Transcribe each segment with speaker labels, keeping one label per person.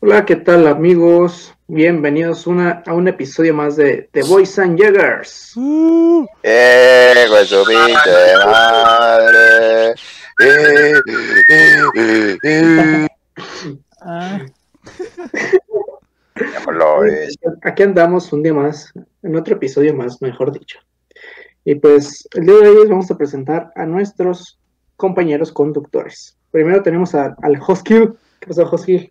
Speaker 1: Hola, ¿qué tal amigos? Bienvenidos una, a un episodio más de The Boys and Jaggers.
Speaker 2: ¡Eh, güey, su pinche madre! Eh, eh, eh, eh.
Speaker 3: Ah.
Speaker 2: Llámalo, eh.
Speaker 1: Aquí andamos un día más, en otro episodio más, mejor dicho. Y pues el día de hoy les vamos a presentar a nuestros compañeros conductores. Primero tenemos a- al Hosky. ¿Qué pasó, Hosky?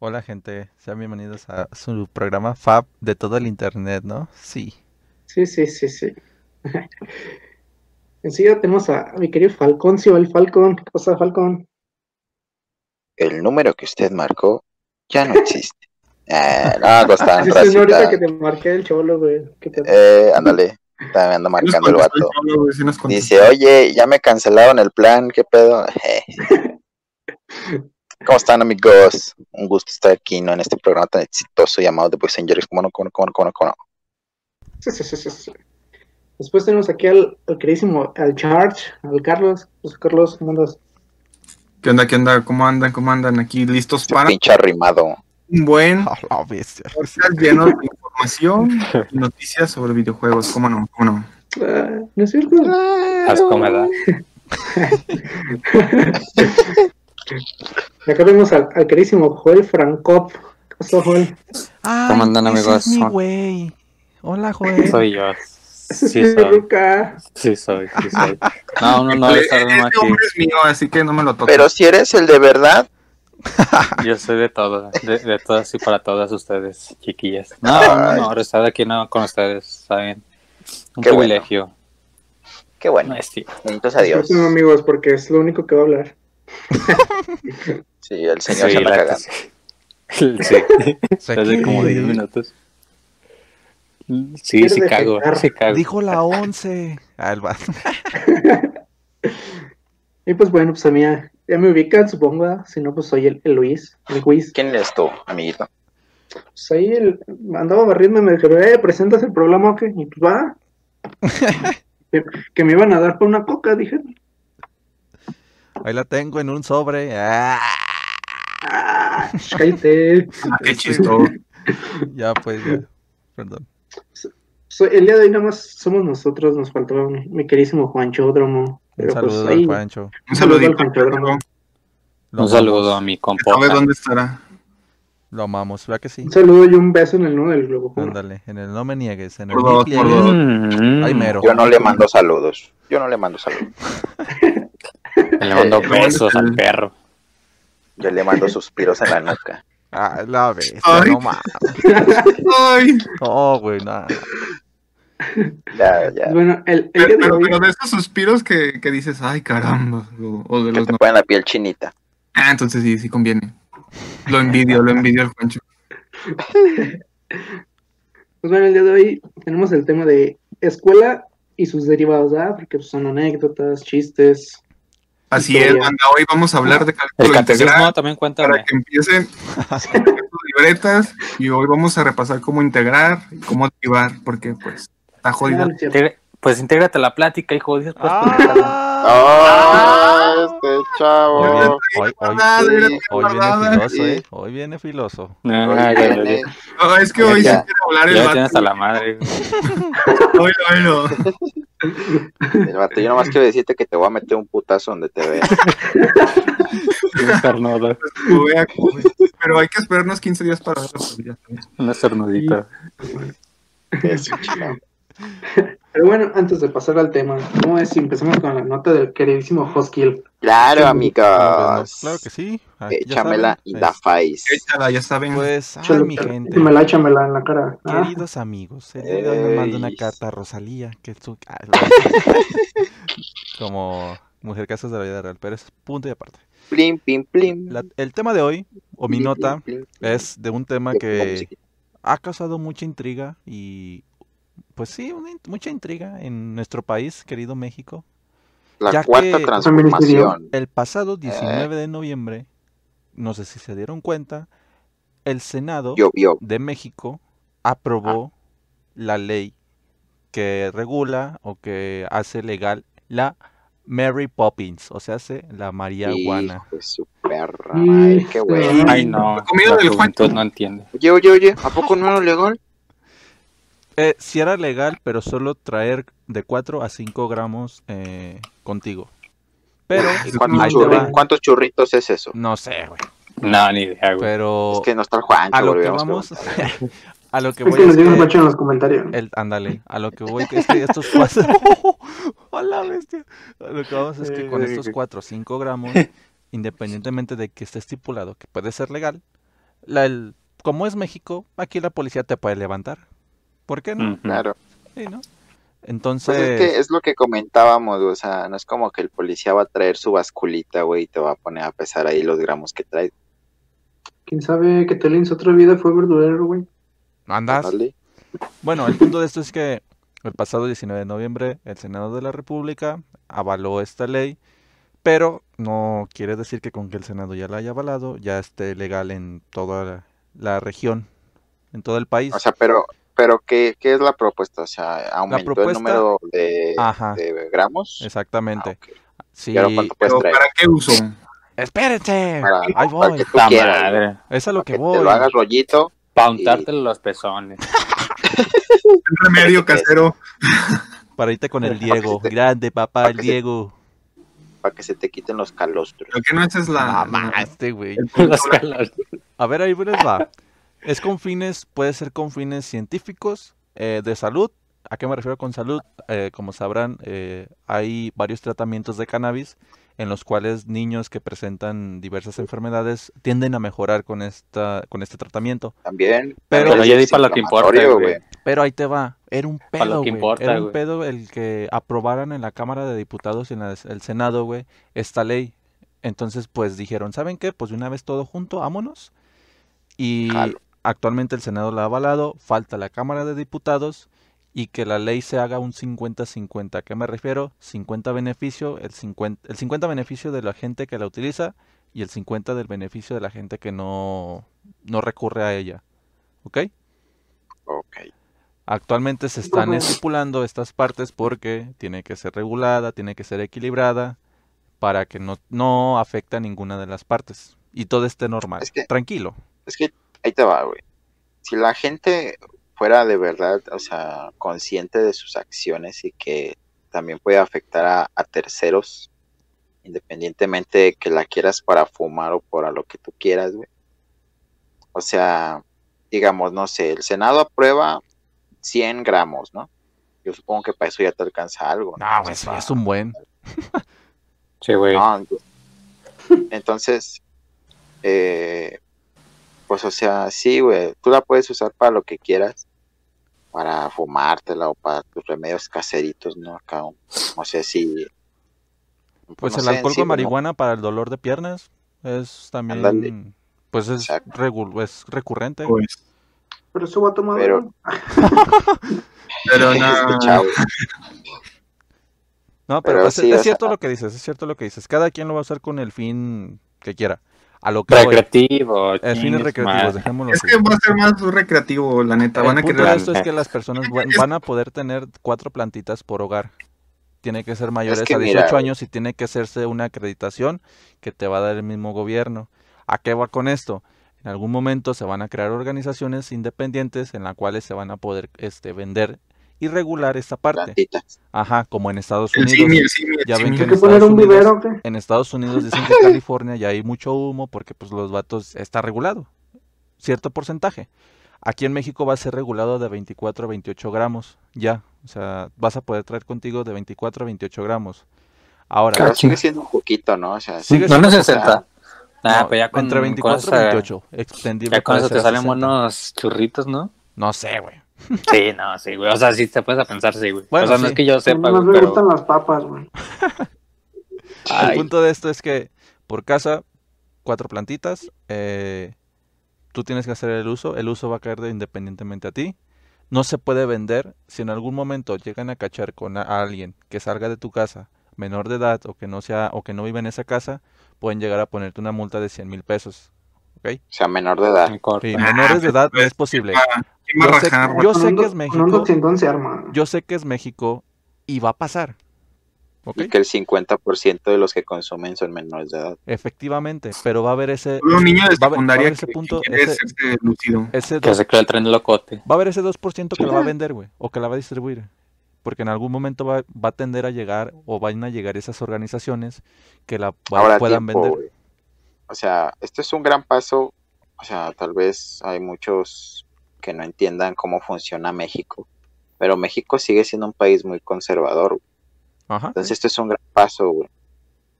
Speaker 3: Hola gente, sean bienvenidos a su programa Fab de todo el internet, ¿no? Sí.
Speaker 1: Sí, sí, sí, sí. Enseguida tenemos a, a mi querido Falconcio, el Falcon. ¿Qué pasa, Falcon?
Speaker 2: El número que usted marcó ya no existe. Eh, no, Costán,
Speaker 1: Ese es ahorita
Speaker 2: racita.
Speaker 1: que te marqué el cholo, güey. ¿Qué pedo?
Speaker 2: Eh, ándale, también anda marcando el vato. Dice, oye, ya me cancelaron el plan, ¿qué pedo? Eh. ¿Cómo están, amigos? Un gusto estar aquí, ¿no? En este programa tan exitoso llamado The Boys and Jerry's. ¿Cómo no, cómo no, cómo no, cómo no, cómo no?
Speaker 1: Sí, sí, sí, sí, sí. Después tenemos aquí al, al queridísimo, al Charge, al Carlos. Pues, Carlos, ¿cómo andas?
Speaker 4: ¿Qué onda? ¿Qué onda? ¿Cómo andan? ¿Cómo andan? Aquí listos
Speaker 2: Ese
Speaker 4: para
Speaker 2: pinche arrimado.
Speaker 4: un buen
Speaker 3: A la bestia.
Speaker 4: podcast lleno de información y noticias sobre videojuegos. ¿Cómo no? ¿Cómo no?
Speaker 1: Ah, ¿No es cierto?
Speaker 5: Asco me da.
Speaker 1: Y acá tenemos al, al queridísimo Joel Francop. ¿Qué pasó, Joel?
Speaker 3: Ay,
Speaker 5: ¿Cómo andan,
Speaker 3: ese
Speaker 5: amigos?
Speaker 3: es mi
Speaker 5: Son-
Speaker 3: güey. Hola, Joel.
Speaker 5: Soy yo. Sí
Speaker 1: Ese es
Speaker 5: soy.
Speaker 1: Ruca.
Speaker 5: Sí soy, sí soy. No, no, no, esta no
Speaker 4: Este
Speaker 5: aquí.
Speaker 4: hombre es mío, así que no me lo toques.
Speaker 2: Pero si eres el de verdad,
Speaker 5: Yo soy de todo, de, de todas y para todas ustedes, chiquillas. No, no, no, ahora estar aquí no, con ustedes, ¿saben? Un
Speaker 2: Qué bueno.
Speaker 5: privilegio.
Speaker 2: qué bueno.
Speaker 5: No es cierto.
Speaker 2: Bendito sea Dios.
Speaker 1: Disculpen, amigos, porque es lo único que va a hablar.
Speaker 2: Sí, el
Speaker 5: Sí,
Speaker 2: señor se anda
Speaker 5: la-
Speaker 2: cagando.
Speaker 5: Sí,
Speaker 3: Se
Speaker 5: hace
Speaker 3: aquí
Speaker 5: como 10 minutos. Sí, sí
Speaker 1: Quiere
Speaker 5: cago,
Speaker 1: defecar.
Speaker 5: sí cago.
Speaker 3: Dijo la 11. Ah, el vato.
Speaker 1: Y pues bueno, pues a mí ya, ya me ubican, supongo. ¿verdad? Si no, pues soy el, el Luis, el Luis.
Speaker 2: ¿Quién eres tú, amiguito?
Speaker 1: Pues ahí el, andaba barriendo y me dijeron, eh, presentas el programa, ¿qué? Y pues va. que, que me iban a dar por una coca, dije.
Speaker 3: Ahí la tengo en un sobre. Ah,
Speaker 1: Ah, cállate.
Speaker 4: Ah, qué chistoso.
Speaker 3: ya pues, ya. Perdón.
Speaker 1: So- el día de hoy nada más somos nosotros, nos faltó un- mi queridísimo Juancho Dromo.
Speaker 3: Un
Speaker 1: Pero
Speaker 3: saludo
Speaker 1: pues ahí,
Speaker 3: al Pancho.
Speaker 4: Un saludito.
Speaker 1: Saludo al Juancho.
Speaker 3: Lo
Speaker 5: Un saludo a
Speaker 3: amamos,
Speaker 5: mi
Speaker 4: ¿Sabes
Speaker 5: compota.
Speaker 4: dónde estará?
Speaker 3: Lo amamos, ¿verdad que sí?
Speaker 1: un saludo y un beso en el nudo del globo.
Speaker 3: Ándale, en el no me niegues, en el
Speaker 4: Por
Speaker 3: no
Speaker 4: dos,
Speaker 3: pliegues.
Speaker 4: por dos.
Speaker 5: Mm,
Speaker 3: Ay, mero.
Speaker 2: Yo no le mando saludos. Yo no le mando saludos.
Speaker 5: Le mando besos al perro.
Speaker 2: Yo le mando suspiros en la nuca.
Speaker 3: Ah, la bestia,
Speaker 4: Ay.
Speaker 3: no mames.
Speaker 4: Ay,
Speaker 3: No, güey, nada.
Speaker 2: Ya, ya.
Speaker 1: Pues, Bueno, el, el
Speaker 4: pero,
Speaker 1: día de
Speaker 4: pero-
Speaker 1: hoy,
Speaker 4: pero de esos suspiros que, que dices, ay, caramba, o, o de
Speaker 2: Que
Speaker 4: los
Speaker 2: te
Speaker 4: no.
Speaker 2: ponen la piel chinita.
Speaker 4: Ah, entonces sí, sí conviene. Lo envidio, lo envidio al Juancho.
Speaker 1: pues bueno, el día de hoy tenemos el tema de escuela y sus derivados, ¿verdad? Porque pues, son anécdotas, chistes.
Speaker 4: Así es, anda, hoy vamos a hablar de
Speaker 5: El
Speaker 4: cálculo integral
Speaker 5: catecismo
Speaker 4: para
Speaker 5: también cuéntame.
Speaker 4: que empiecen sus libretas y hoy vamos a repasar cómo integrar y cómo activar, porque pues está jodida.
Speaker 1: Ah, no es cierto.
Speaker 5: Integra- Pues intégrate a la plática, hijo. dices, pues,
Speaker 3: Ah,
Speaker 2: ¡Ah! Este
Speaker 3: Hoy,
Speaker 2: chavo.
Speaker 3: hoy- hoy-
Speaker 4: Ah,
Speaker 2: sí,
Speaker 4: mira,
Speaker 3: hoy
Speaker 4: guardada.
Speaker 3: viene filoso,
Speaker 2: sí.
Speaker 3: ¿eh? Hoy viene filoso.
Speaker 5: No,
Speaker 2: Oye,
Speaker 5: ya, ya, ya.
Speaker 2: nene,
Speaker 4: No, Ah, es que hoy se
Speaker 2: Ya.
Speaker 4: quiere hablar el
Speaker 5: Ya me
Speaker 4: vato.
Speaker 5: tienes a la madre.
Speaker 4: Hoy lo hoy lo-
Speaker 2: el vato, Yo nomás quiero decirte que te voy a meter un putazo donde te vea.
Speaker 5: Un estornudo,
Speaker 4: lo vea pues, como- Pero hay que esperarnos 15 días para verlo. pues, ya sabes.
Speaker 5: un estornudito.
Speaker 2: Eso, chingado.
Speaker 1: Pero bueno, antes de pasar al tema, ¿cómo es si empezamos con la nota del queridísimo Hoskill?
Speaker 2: Claro,
Speaker 3: Claro,
Speaker 2: amigos.
Speaker 3: Pues claro que sí. Aquí ya
Speaker 2: Ah, Échamela
Speaker 3: saben,
Speaker 2: y
Speaker 3: es-
Speaker 2: da face.
Speaker 4: Échala, ya saben.
Speaker 3: Pues, ay, mi gente.
Speaker 1: me la échamela en la cara. Ah,
Speaker 3: Queridos amigos, el día de hoy me manda una
Speaker 2: Ey.
Speaker 3: carta a Rosalía, que es su... ah, Como mujer casas de la vida real, pero es punto y aparte.
Speaker 2: Plim, plim, plim.
Speaker 3: La- el tema de hoy, o mi
Speaker 2: Plim,
Speaker 3: nota,
Speaker 2: plim, plim.
Speaker 3: es de un tema
Speaker 2: Yo pongo
Speaker 3: que
Speaker 2: musiquita.
Speaker 3: ha causado mucha intriga y... Pues sí, una in- mucha intriga en nuestro país, querido México. ya
Speaker 2: La
Speaker 3: que-
Speaker 2: cuarta transformación.
Speaker 3: El pasado 19
Speaker 2: Eh.
Speaker 3: de noviembre, no sé si se dieron cuenta, el Senado...
Speaker 2: Llovió.
Speaker 3: de México aprobó
Speaker 2: Ah.
Speaker 3: la ley que regula o que hace legal la Mary Poppins, o sea, hace la María Guana.
Speaker 2: su perra, madre, qué bueno.
Speaker 5: Ay, no.
Speaker 4: La comida
Speaker 5: la
Speaker 4: del
Speaker 5: juventud
Speaker 4: Juan.
Speaker 5: no entiende.
Speaker 2: Oye, oye, oye, ¿a poco no era legal?
Speaker 3: Eh, sí era legal, pero solo traer de 4 a 5 gramos eh, contigo. Pero,
Speaker 2: ¿Y
Speaker 3: ahí
Speaker 2: ¿Cuántos,
Speaker 3: te va.
Speaker 2: churri- cuántos churritos es eso?
Speaker 3: no sé, güey.
Speaker 5: No, ni idea, güey.
Speaker 3: Pero
Speaker 2: Es que no está el Juancho,
Speaker 3: a lo que
Speaker 2: volvemos,
Speaker 3: vamos, a lo que
Speaker 1: Es
Speaker 3: voy
Speaker 1: que
Speaker 3: es
Speaker 1: nos digan
Speaker 3: que- Eh.
Speaker 1: mucho en los comentarios.
Speaker 3: El, ándale, a lo que voy que es que estos cuatro. ¡A la bestia! A lo que vamos es que con estos 4 o 5 gramos, independientemente de que esté estipulado que puede ser legal, la, el- como es México, aquí la policía te puede levantar. ¿Por qué no?
Speaker 5: Ujú.
Speaker 2: Claro.
Speaker 3: Sí, ¿no?
Speaker 2: Pues es que
Speaker 3: Entonces,
Speaker 2: es lo que comentábamos, güey, o sea, no es como que el policía va a traer su basculita, güey, y te va a poner a pesar ahí los gramos que trae.
Speaker 1: ¿Quién sabe que Telín su otra vida fue verdulero, güey?
Speaker 3: andas.
Speaker 2: ¿vale?
Speaker 3: Bueno, el punto de esto es que el pasado 19 de noviembre el Senado de la República avaló esta ley, pero no quiere decir que con que el Senado ya la haya avalado ya esté legal en toda la, la región, en todo el país.
Speaker 2: O sea, pero, pero ¿qué, qué es la propuesta? O sea, aumentó
Speaker 3: propuesta-
Speaker 2: el número de,
Speaker 3: Ajá,
Speaker 2: de gramos.
Speaker 3: exactamente.
Speaker 2: eh, Ah, ok.
Speaker 3: Sí.
Speaker 2: ¿Y ahora cuánto puedes
Speaker 4: Pero
Speaker 2: traer?
Speaker 4: ¿para qué uso?
Speaker 3: Espérense.
Speaker 2: Para, para
Speaker 3: Ahí voy.
Speaker 2: que tú
Speaker 5: La
Speaker 2: quieras, güey,
Speaker 5: madre.
Speaker 3: Es a lo
Speaker 2: para
Speaker 3: que
Speaker 2: que
Speaker 3: voy.
Speaker 2: te lo hagas rollito.
Speaker 5: Para untártelo los pezones.
Speaker 4: Un remedio casero.
Speaker 3: Para irte con el
Speaker 2: Para que
Speaker 3: Diego.
Speaker 2: se te-
Speaker 3: Grande papá,
Speaker 2: para
Speaker 3: el
Speaker 2: que se-
Speaker 3: Diego.
Speaker 2: Para que se te quiten los calostros.
Speaker 4: Lo que no haces es la...
Speaker 3: Mamá,
Speaker 2: Ah,
Speaker 3: este güey.
Speaker 5: Los calores.
Speaker 3: A ver, ahí les va. Es con fines, puede ser con fines científicos, eh, de salud. ¿A qué me refiero con salud? Eh, como sabrán, eh, hay varios tratamientos de cannabis en los cuales niños que presentan diversas enfermedades tienden a mejorar con esta, con este tratamiento.
Speaker 2: También.
Speaker 3: Pero-
Speaker 2: también
Speaker 5: Pero ya
Speaker 2: es
Speaker 5: di para lo que importa,
Speaker 2: inflamatorio,
Speaker 5: güey.
Speaker 3: Pero ahí te va, era un
Speaker 5: Pa' lo
Speaker 3: pedo,
Speaker 5: que
Speaker 3: güey.
Speaker 5: importa,
Speaker 3: Era un
Speaker 5: güey.
Speaker 3: pedo el que aprobaran en la Cámara de Diputados y en la- el Senado, güey, esta ley. Entonces, pues dijeron, ¿saben qué? Pues de una vez todo junto, vámonos. Y
Speaker 2: Jalo.
Speaker 3: actualmente el Senado la ha avalado, falta la Cámara de Diputados y que la ley se haga un 50-50. ¿A qué me refiero? 50 beneficio, el 50, el 50 beneficio de la gente que la utiliza y el 50 del beneficio de la gente que no, no recurre a ella. ¿Ok?
Speaker 2: Ok.
Speaker 3: Actualmente se están
Speaker 1: Ujú.
Speaker 3: estipulando estas partes porque tiene que ser regulada, tiene que ser equilibrada para que no, no afecte a ninguna de las partes y todo esté normal,
Speaker 2: Es que-
Speaker 3: tranquilo.
Speaker 2: Es que ahí te va, güey. Si la gente fuera de verdad, o sea, consciente de sus acciones y que también puede afectar a, a terceros, independientemente de que la quieras para fumar o para lo que tú quieras, güey. O sea, digamos, no sé, el Senado aprueba 100 gramos, ¿no? Yo supongo que para eso ya te alcanza algo.
Speaker 3: No,
Speaker 2: pues, O
Speaker 3: güey, eso
Speaker 2: sea,
Speaker 3: ya es un buen.
Speaker 5: Sí, güey.
Speaker 3: Ah.
Speaker 2: no, Ah, entonces, eh, pues o sea, sí, güey, tú la puedes usar para lo que quieras, para fumártela o para tus remedios caseritos, ¿no? Acá, o- no sé si...
Speaker 3: Pues
Speaker 2: no
Speaker 3: el
Speaker 2: sé, en
Speaker 3: alcohol
Speaker 2: sí,
Speaker 3: con
Speaker 2: güey, no-
Speaker 3: marihuana para el dolor de piernas es también,
Speaker 2: Ándale.
Speaker 3: pues es,
Speaker 2: Exacto.
Speaker 3: regu- es recurrente. güey.
Speaker 4: Pues,
Speaker 1: Pero eso va a tomar.
Speaker 2: Pero-
Speaker 4: pero
Speaker 2: he
Speaker 4: no...
Speaker 2: escuchado.
Speaker 3: No, pero,
Speaker 2: Pero
Speaker 3: es,
Speaker 2: sí,
Speaker 3: es
Speaker 2: o
Speaker 3: cierto
Speaker 2: sea-
Speaker 3: lo que dices, es cierto lo que dices. Cada quien lo va a usar con el fin que quiera. A lo que voy,
Speaker 5: Recreativo.
Speaker 3: eh, fines
Speaker 5: chingues,
Speaker 3: recreativos,
Speaker 5: madre.
Speaker 3: dejémoslo
Speaker 4: Es
Speaker 3: así.
Speaker 4: que va a ser más recreativo, la neta. Van a
Speaker 3: El punto de
Speaker 4: querer...
Speaker 3: esto es que las personas va- van a poder tener cuatro plantitas por hogar. Tiene que ser mayores
Speaker 2: que
Speaker 3: a
Speaker 2: mira,
Speaker 3: 18 años y tiene que hacerse una acreditación que te va a dar el mismo gobierno. ¿A qué va con esto? En algún momento se van a crear organizaciones independientes en las cuales se van a poder este, vender y regular esta parte.
Speaker 2: plantitas.
Speaker 3: Ajá, como en Estados
Speaker 4: El simi,
Speaker 3: Unidos.
Speaker 4: el simi, el
Speaker 3: Ya ven
Speaker 4: simi.
Speaker 1: ¿Hay
Speaker 3: en
Speaker 1: que poner
Speaker 3: Estados
Speaker 1: un
Speaker 3: Unidos-
Speaker 1: vivero o qué?
Speaker 3: En Estados Unidos dicen que California ya hay mucho humo porque pues los vatos está regulado, cierto porcentaje. Aquí en México va a ser regulado de 24 a 28 gramos, ya. O sea, vas a poder traer contigo de 24 a 28 gramos. Ahora,
Speaker 2: Pero
Speaker 5: Claro.
Speaker 2: sigue siendo un poquito, ¿no? O sea,
Speaker 3: sigue
Speaker 5: No,
Speaker 3: siendo-
Speaker 5: no 60. Ah,
Speaker 3: no,
Speaker 5: pero ya con,
Speaker 3: entre 24
Speaker 5: con
Speaker 3: y
Speaker 5: esa-
Speaker 3: 28, extendible
Speaker 5: Ya con
Speaker 3: puede
Speaker 5: eso te
Speaker 3: ser
Speaker 5: salen
Speaker 3: 60.
Speaker 5: unos churritos, ¿no?
Speaker 3: No sé, güey.
Speaker 5: Sí, no, sí, güey. O sea, sí te puedes a pensar, sí, güey.
Speaker 3: Bueno,
Speaker 5: o sea,
Speaker 3: sí.
Speaker 5: no es que yo
Speaker 1: A mí
Speaker 5: sepa,
Speaker 1: más
Speaker 5: güey,
Speaker 1: me
Speaker 5: pero...
Speaker 1: gustan las papas, güey.
Speaker 3: El
Speaker 5: Ay.
Speaker 3: punto de esto es que por casa, cuatro plantitas, eh, tú tienes que hacer el uso, el uso va a caer de- independientemente a ti. No se puede vender si en algún momento llegan a cachar con a- a alguien que salga de tu casa, menor de edad o que no sea o que no vive en esa casa, pueden llegar a ponerte una multa de 100 mil pesos. ¿Ok?
Speaker 2: o sea, menor de edad.
Speaker 5: me corta.
Speaker 3: Sí, menores de edad no es posible.
Speaker 4: ¿Quién va a
Speaker 3: Ah, Yo sé-
Speaker 4: rajar, güey?
Speaker 3: yo sé
Speaker 1: Con un
Speaker 3: que
Speaker 1: do-
Speaker 3: es
Speaker 1: Con un
Speaker 3: México,
Speaker 1: doscientón se arma.
Speaker 3: yo sé que es México y va a pasar. ¿ok?
Speaker 2: y que el 50% de los que consumen son menores de edad.
Speaker 3: Efectivamente, pero va a haber ese,
Speaker 4: Un niño de
Speaker 3: Va a haber- va a haber
Speaker 4: secundaria
Speaker 3: ese
Speaker 4: que,
Speaker 3: punto,
Speaker 4: que quiere
Speaker 3: ese-
Speaker 4: hacerse lucido.
Speaker 3: ese
Speaker 5: Que se creó el tren de locote.
Speaker 3: Va a haber ese 2% que la va a vender, güey, o que la va a distribuir. Porque en algún momento va, va a tender a llegar o van a llegar esas organizaciones que la va-
Speaker 2: Ahora
Speaker 3: puedan
Speaker 2: tiempo,
Speaker 3: vender.
Speaker 2: güey. O sea, esto es un gran paso. O sea, tal vez hay muchos que no entiendan cómo funciona México. Pero México sigue siendo un país muy conservador. güey.
Speaker 3: Ajá.
Speaker 2: Entonces esto es un gran paso, güey.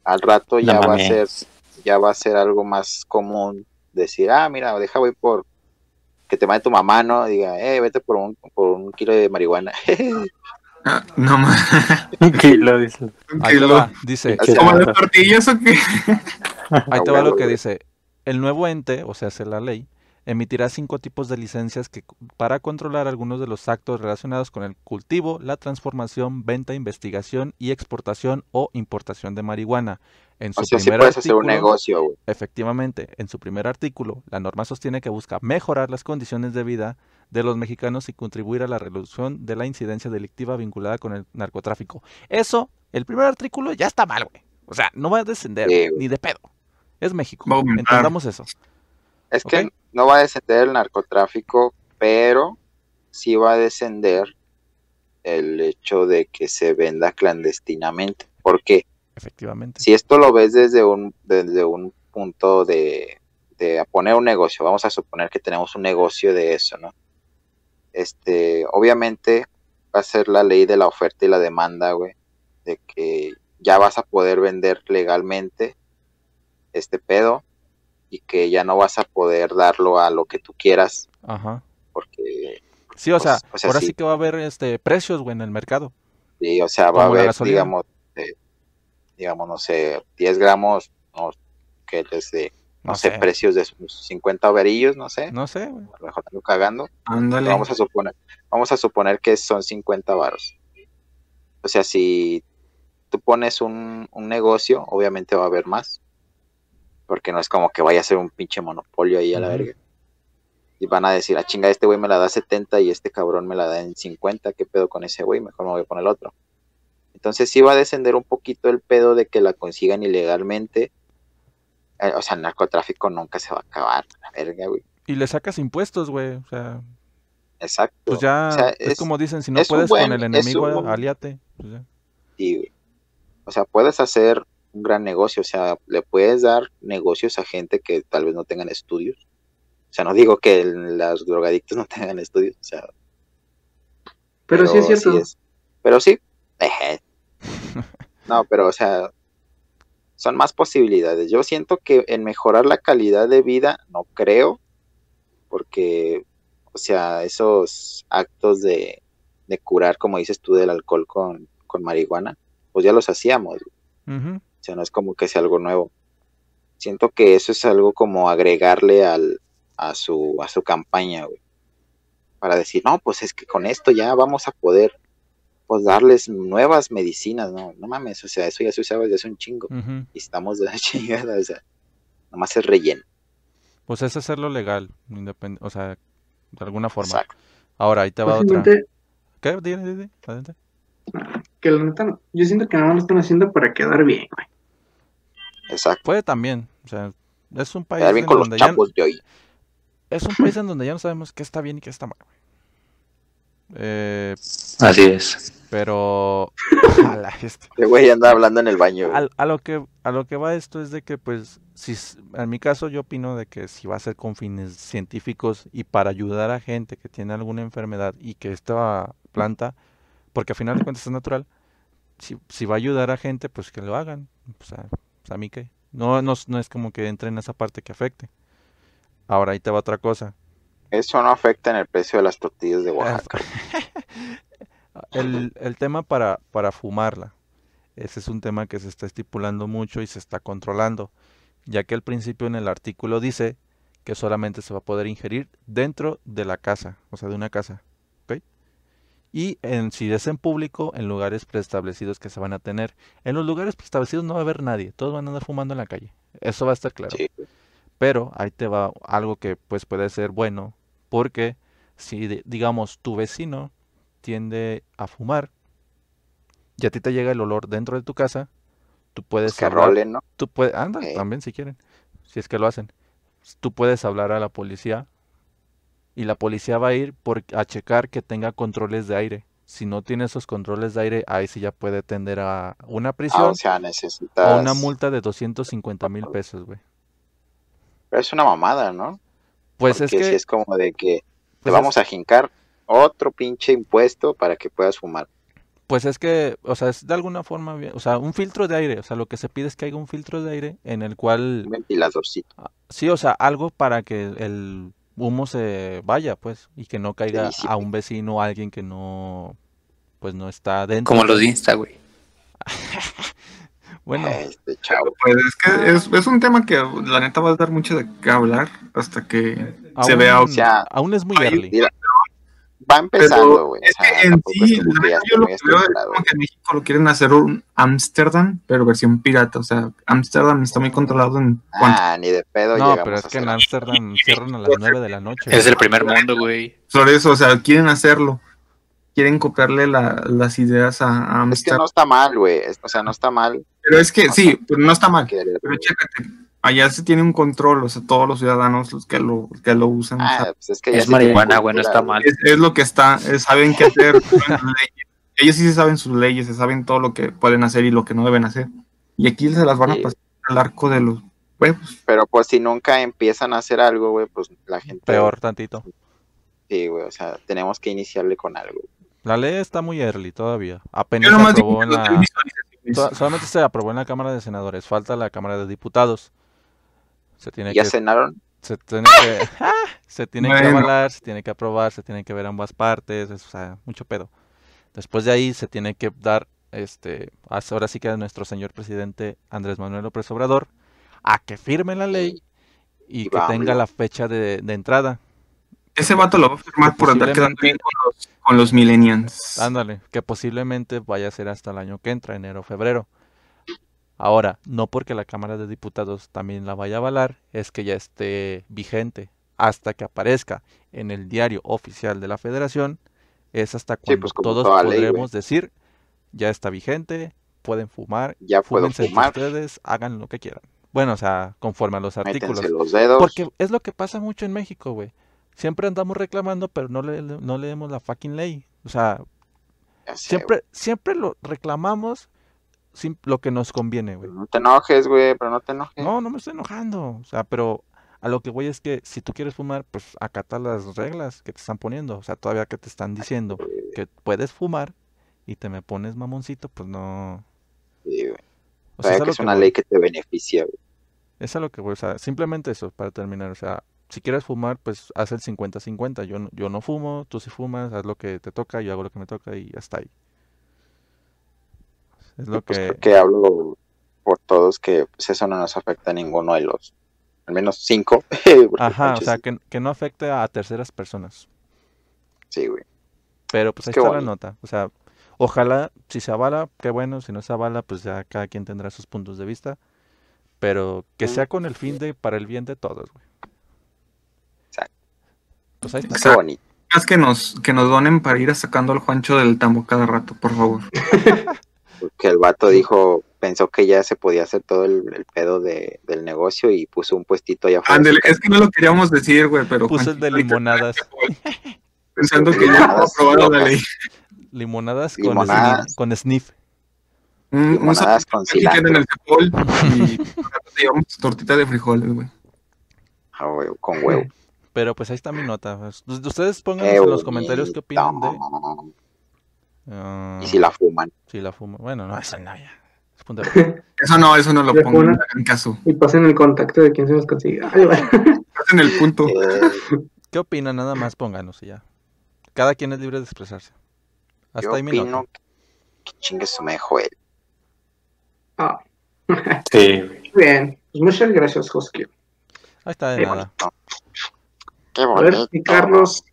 Speaker 2: Al rato ya
Speaker 5: No
Speaker 2: va a
Speaker 5: mames.
Speaker 2: ser, ya va a ser algo más común decir, ah, mira, deja voy por que te mande tu mamá, ¿no? Diga, eh, vete por un, por un kilo de marihuana.
Speaker 4: Ah, no más.
Speaker 5: Y lo dice.
Speaker 3: Ahí te va, dice,
Speaker 2: Así
Speaker 4: ¿Como las tortillas o qué?
Speaker 3: ahí te va lo que
Speaker 2: güey.
Speaker 3: dice. El nuevo ente, o sea, es la ley, emitirá cinco tipos de licencias que, para controlar algunos de los actos relacionados con el cultivo, la transformación, venta, investigación y exportación o importación de marihuana. En su
Speaker 2: o sea, sí
Speaker 3: primer
Speaker 2: puedes hacer un
Speaker 3: artículo-
Speaker 2: negocio, güey.
Speaker 3: Efectivamente, en su primer artículo, la norma sostiene que busca mejorar las condiciones de vida de los mexicanos y contribuir a la reducción de la incidencia delictiva vinculada con el narcotráfico. Eso, el primer artículo ya está mal, güey. O sea, no va a descender,
Speaker 2: Sí,
Speaker 3: güey,
Speaker 2: güey.
Speaker 3: ni de pedo. Es México.
Speaker 4: Va a aumentar.
Speaker 3: Entendamos eso.
Speaker 2: Es que
Speaker 3: Ok.
Speaker 2: no va a descender el narcotráfico, pero sí va a descender el hecho de que se venda clandestinamente. Porque
Speaker 3: Efectivamente.
Speaker 2: si esto lo ves desde un, desde un punto de, de a poner un negocio, vamos a suponer que tenemos un negocio de eso, ¿no? Este, obviamente va a ser la ley de la oferta y la demanda, güey, de que ya vas a poder vender legalmente este pedo y que ya no vas a poder darlo a lo que tú quieras,
Speaker 3: Ajá.
Speaker 2: porque,
Speaker 3: Sí, o
Speaker 2: Pues-
Speaker 3: sea,
Speaker 2: o sea,
Speaker 3: ahora
Speaker 2: sí.
Speaker 3: sí que va a haber este precios, güey, en el mercado.
Speaker 2: sí, o sea, va a
Speaker 3: Como la
Speaker 2: haber,
Speaker 3: gasolina.
Speaker 2: digamos, eh, digamos, no sé, 10 gramos, no, que les de no, sé, precios de sus 50 overillos, no sé,
Speaker 3: No sé, güey.
Speaker 2: a lo mejor ando cagando, pero
Speaker 4: Ándale.
Speaker 2: vamos a suponer, vamos a suponer que son 50 varos. O sea, si tú pones un, un negocio, obviamente va a haber más, porque no es como que vaya a ser un pinche monopolio ahí a la
Speaker 3: Ujú.
Speaker 2: verga. Y van a decir, a chinga, este güey me la da 70 y este cabrón me la da en 50, ¿qué pedo con ese güey? Mejor me voy a poner otro. Entonces sí va a descender un poquito el pedo de que la consigan ilegalmente. Eh, O sea, el narcotráfico nunca se va a acabar, la verga, güey.
Speaker 3: Y le sacas impuestos, güey. O sea,
Speaker 2: Exacto.
Speaker 3: pues ya
Speaker 2: O sea,
Speaker 3: es,
Speaker 2: es-
Speaker 3: como dicen, si no
Speaker 2: es un
Speaker 3: puedes
Speaker 2: buen-
Speaker 3: con el
Speaker 2: es
Speaker 3: enemigo,
Speaker 2: un-
Speaker 3: aliate. Pues ya.
Speaker 2: Sí, güey. O sea, puedes hacer un gran negocio, o sea, le puedes dar negocios a gente que tal vez no tengan estudios. O sea, no digo que el- las drogadictos no tengan estudios, o sea,
Speaker 1: Pero, sí es cierto.
Speaker 2: es- pero sí. eje. No, pero o sea, son más posibilidades. Yo siento que en mejorar la calidad de vida no creo, porque, o sea, esos actos de, de curar, como dices tú, del alcohol con, con marihuana, pues ya los hacíamos.
Speaker 3: Ujú.
Speaker 2: O sea, no es como que sea algo nuevo. Siento que eso es algo como agregarle al, a, su, a su campaña, güey. Para decir, no, pues es que con esto ya vamos a poder pues darles nuevas medicinas, ¿no? No mames, o sea, eso ya se usaba desde hace un chingo.
Speaker 3: Ujú.
Speaker 2: Y estamos de la chingada, o sea, nomás es relleno.
Speaker 3: Pues es hacerlo legal, independ- o sea, de alguna forma.
Speaker 2: Exacto.
Speaker 3: Ahora, ahí te va otra.
Speaker 1: Fácilmente,
Speaker 3: ¿Qué? Dile, dile, adelante.
Speaker 1: que la neta, no- yo siento que nada más lo están haciendo para quedar bien, güey.
Speaker 2: Exacto.
Speaker 3: Puede también, o sea, es un país
Speaker 2: Quedar bien
Speaker 3: en
Speaker 2: con los
Speaker 3: donde ya,
Speaker 2: chapos de hoy.
Speaker 3: es un país en donde ya no sabemos qué está bien y qué está mal. güey. Eh,
Speaker 5: Así es.
Speaker 3: pero a, la bestia.
Speaker 2: Este güey anda hablando en el baño. güey.
Speaker 3: Al- a lo que a lo que va esto es de que pues si s- en mi caso yo opino de que si va a ser con fines científicos y para ayudar a gente que tiene alguna enfermedad y que esta planta porque al final de cuentas es natural si, si va a ayudar a gente pues que lo hagan o sea, pues, a mí que no, no no es como que entre en esa parte que afecte ahora ahí te va otra cosa
Speaker 2: Eso no afecta en el precio de las tortillas de Oaxaca.
Speaker 3: El, el tema para, para fumarla. Ese es un tema que se está estipulando mucho y se está controlando, ya que al principio en el artículo dice que solamente se va a poder ingerir dentro de la casa, o sea, de una casa. ¿ok? Y en, si es en público, en lugares preestablecidos que se van a tener. En los lugares preestablecidos no va a haber nadie, todos van a andar fumando en la calle. Eso va a estar claro.
Speaker 2: Sí, güey.
Speaker 3: Pero ahí te va algo que pues puede ser bueno, porque si de- digamos tu vecino tiende a fumar, y a ti te llega el olor dentro de tu casa, tú puedes
Speaker 2: Pues que
Speaker 3: hablar-
Speaker 2: rolen, ¿no? Ah,
Speaker 3: tú puedes, anda,
Speaker 2: Ok.
Speaker 3: también si quieren, si es que lo hacen. Tú puedes hablar a la policía y la policía va a ir por, a checar que tenga controles de aire. Si no tiene esos controles de aire, ahí sí ya puede tender a una
Speaker 2: Ah,
Speaker 3: prisión
Speaker 2: o sea,
Speaker 3: o
Speaker 2: necesitas.
Speaker 3: una multa de 250 mil pesos, güey.
Speaker 2: Pero es una mamada, ¿no?
Speaker 3: Pues es
Speaker 2: Porque
Speaker 3: que,
Speaker 2: si es como de que te
Speaker 3: pues es-
Speaker 2: vamos a jincar otro pinche impuesto para que puedas fumar.
Speaker 3: Pues es que, o sea, es de alguna forma, bien- o sea, un filtro de aire, o sea, lo que se pide es que haya un filtro de aire en el
Speaker 2: Un
Speaker 3: cual,
Speaker 2: ventiladorcito
Speaker 3: sí, o sea, algo para que el humo se vaya, pues, y que no caiga
Speaker 2: disipe.
Speaker 3: a un vecino o a alguien que no, pues no está dentro.
Speaker 6: Como los de Insta, güey.
Speaker 3: Bueno,
Speaker 2: Eh, este chavo.
Speaker 4: Pues es que es, es un tema que la neta va a dar mucho de qué hablar hasta que se
Speaker 3: aún-
Speaker 4: vea.
Speaker 2: o sea,
Speaker 3: aún es muy early.
Speaker 2: mira, Va empezando, güey.
Speaker 4: es
Speaker 2: O sea,
Speaker 4: que en
Speaker 2: tampoco
Speaker 4: sí,
Speaker 2: es como
Speaker 4: la
Speaker 2: que ya
Speaker 4: neta,
Speaker 2: esté
Speaker 4: yo lo
Speaker 2: muy
Speaker 4: que veo es
Speaker 2: estructurado,
Speaker 4: como que en México lo quieren hacer un Amsterdam, pero versión pirata. O sea, Amsterdam está muy controlado en cuanto
Speaker 2: Ah, ni de pedo
Speaker 3: No,
Speaker 2: llegamos
Speaker 3: pero
Speaker 2: a
Speaker 3: es que
Speaker 2: hacer
Speaker 3: en
Speaker 2: eso.
Speaker 3: Ámsterdam cierran a las 9 de la noche.
Speaker 6: Es el primer mundo, güey.
Speaker 4: a flores, o sea, quieren hacerlo. Quieren copiarle la- las ideas a- a
Speaker 2: Es que
Speaker 4: Amsterdam.
Speaker 2: no está mal, güey. es- O sea, no está mal.
Speaker 4: Pero es que
Speaker 2: o
Speaker 4: sí,
Speaker 2: sea,
Speaker 4: pero no está mal.
Speaker 2: que-
Speaker 4: Pero chécate, allá se tiene un control, o sea, todos los ciudadanos los que lo, que lo usan. o sea,
Speaker 2: Ah, pues es que ya
Speaker 6: Es
Speaker 2: se tiene
Speaker 6: marihuana, güey, no
Speaker 2: cultura,
Speaker 6: está mal.
Speaker 4: es, es lo que está, es- saben qué hacer. saben sus leyes. Ellos sí se saben sus leyes, se saben todo lo que pueden hacer y lo que no deben hacer. Y aquí se las van
Speaker 2: Sí.
Speaker 4: a pasar al arco de los huevos.
Speaker 2: Pero pues si nunca empiezan a hacer algo, güey, pues la gente...
Speaker 3: Peor tantito.
Speaker 2: Sí, güey, o sea, tenemos que iniciarle con algo.
Speaker 3: La ley está muy early todavía.
Speaker 4: Yo
Speaker 3: Apenas se
Speaker 4: nomás digo
Speaker 3: aprobó
Speaker 4: que
Speaker 3: en
Speaker 4: no
Speaker 3: la-
Speaker 4: tengo visualizaciones.
Speaker 3: So- solamente se aprobó en la Cámara de Senadores, falta la Cámara de Diputados. Se tiene
Speaker 2: ¿Ya
Speaker 3: que,
Speaker 2: cenaron?
Speaker 3: se tiene que, ¡Ah! se tiene que
Speaker 4: Bueno.
Speaker 3: avalar, se tiene que aprobar, se tiene que ver ambas partes, es, o sea, mucho pedo. Después de ahí se tiene que dar, este, as- ahora sí que a nuestro señor presidente Andrés Manuel López Obrador, a que firme la ley
Speaker 2: Y
Speaker 3: y, que tenga
Speaker 2: vámonos.
Speaker 3: la fecha de, de entrada.
Speaker 4: Ese vato lo va a firmar por andar quedando
Speaker 3: Posiblemente-
Speaker 4: bien con los, con los millennials.
Speaker 3: Ándale, que posiblemente vaya a ser hasta el año que entra, enero o febrero. Ahora, no porque la Cámara de Diputados también la vaya a avalar, es que ya esté vigente. Hasta que aparezca en el diario oficial de la Federación, es hasta cuando
Speaker 2: pues, como
Speaker 3: todos
Speaker 2: toda ley, güey.
Speaker 3: podremos decir, ya está vigente, pueden fumar,
Speaker 2: Ya puedo
Speaker 3: fúmense entre
Speaker 2: fumar.
Speaker 3: ustedes, hagan lo que quieran. Bueno, o sea, conforme a los artículos.
Speaker 2: Métanse los dedos.
Speaker 3: Porque es lo que pasa mucho en México, güey. Siempre andamos reclamando, pero no, le- no leemos la fucking ley. O sea,
Speaker 2: Ya sé,
Speaker 3: Siempre, siempre lo reclamamos sin- lo que nos conviene, güey.
Speaker 2: güey, No te enojes, güey, pero no te enojes.
Speaker 3: No, no me estoy enojando. O sea, pero a lo que voy es que si tú quieres fumar, pues acata las reglas que te están poniendo. O sea, todavía que te están diciendo que puedes fumar y te me pones mamoncito, pues no.
Speaker 2: Sí, güey.
Speaker 3: O sea,
Speaker 2: Sabes
Speaker 3: a
Speaker 2: que
Speaker 3: lo
Speaker 2: es
Speaker 3: que
Speaker 2: una
Speaker 3: voy.
Speaker 2: ley que te beneficia, güey.
Speaker 3: Es a lo que voy, o sea, simplemente eso, para terminar, o sea, si quieres fumar, pues haz el 50-50, yo no, yo no fumo, tú sí fumas, haz lo que te toca, yo hago lo que me toca y hasta ahí. Es lo
Speaker 2: Pues
Speaker 3: que...
Speaker 2: creo que hablo por todos que pues, eso no nos afecta a ninguno de los... Al menos cinco. porque, pues,
Speaker 3: Ajá, o
Speaker 2: pinches,
Speaker 3: sea, que, que no afecte a terceras personas.
Speaker 2: Sí, güey.
Speaker 3: Pero pues
Speaker 2: Pues
Speaker 3: ahí
Speaker 2: qué
Speaker 3: está la
Speaker 2: bueno.
Speaker 3: nota. O sea, ojalá, si se avala, qué bueno, si no se avala, pues ya cada quien tendrá sus puntos de vista. Pero que
Speaker 2: Mm.
Speaker 3: sea con el fin de, para el bien de todos, güey.
Speaker 2: Exacto.
Speaker 3: Pues ahí está.
Speaker 2: Qué bonito.
Speaker 4: Más que nos, que nos donen para ir sacando al Juancho del tambo cada rato, por favor.
Speaker 2: Porque el vato dijo, pensó que ya se podía hacer todo el, el pedo de, del negocio y puso un puestito allá afuera. de su
Speaker 4: Ándele, es que no lo queríamos decir, güey, pero.
Speaker 3: Puse el
Speaker 4: Juanchito
Speaker 3: de
Speaker 4: ahorita
Speaker 3: limonadas.
Speaker 4: Pensando que ya hemos aprobado la ley.
Speaker 3: Limonadas con,
Speaker 2: Limonadas.
Speaker 3: sniff, con sniff.
Speaker 4: Mm, Un, un
Speaker 2: Limonadas con
Speaker 4: que queda en
Speaker 2: cilantro.
Speaker 4: el Cepol y te llevamos tortita de frijoles, güey.
Speaker 2: Ah, güey, con huevo.
Speaker 3: Pero pues ahí está mi nota. Pues, Ustedes pongan
Speaker 2: Qué
Speaker 3: en los comentarios qué opinan de...
Speaker 2: bonito.
Speaker 3: ah,
Speaker 2: Y si la fuman.
Speaker 3: si la fumo. Bueno, no, esa no, ya. Es punto de-
Speaker 4: Eso no, eso no lo
Speaker 1: De
Speaker 4: pongo
Speaker 1: una-
Speaker 4: en caso.
Speaker 1: Y pasen el contacto de quien se los consiga. Ay, bueno.
Speaker 4: Estás en el punto.
Speaker 3: Ah.
Speaker 2: Eh,
Speaker 3: ¿Qué opinan? Nada más pónganos y ya. Cada quien es libre de expresarse. Hasta
Speaker 2: yo
Speaker 3: ahí mi nota.
Speaker 2: opino que, que chingue su mejor.
Speaker 1: Ah,
Speaker 5: Sí, güey.
Speaker 1: bien, pues muchas gracias, Josky.
Speaker 3: Ahí está de
Speaker 1: Qué
Speaker 3: nada.
Speaker 2: Qué
Speaker 1: A ver,
Speaker 2: bonito.
Speaker 1: y Carlos,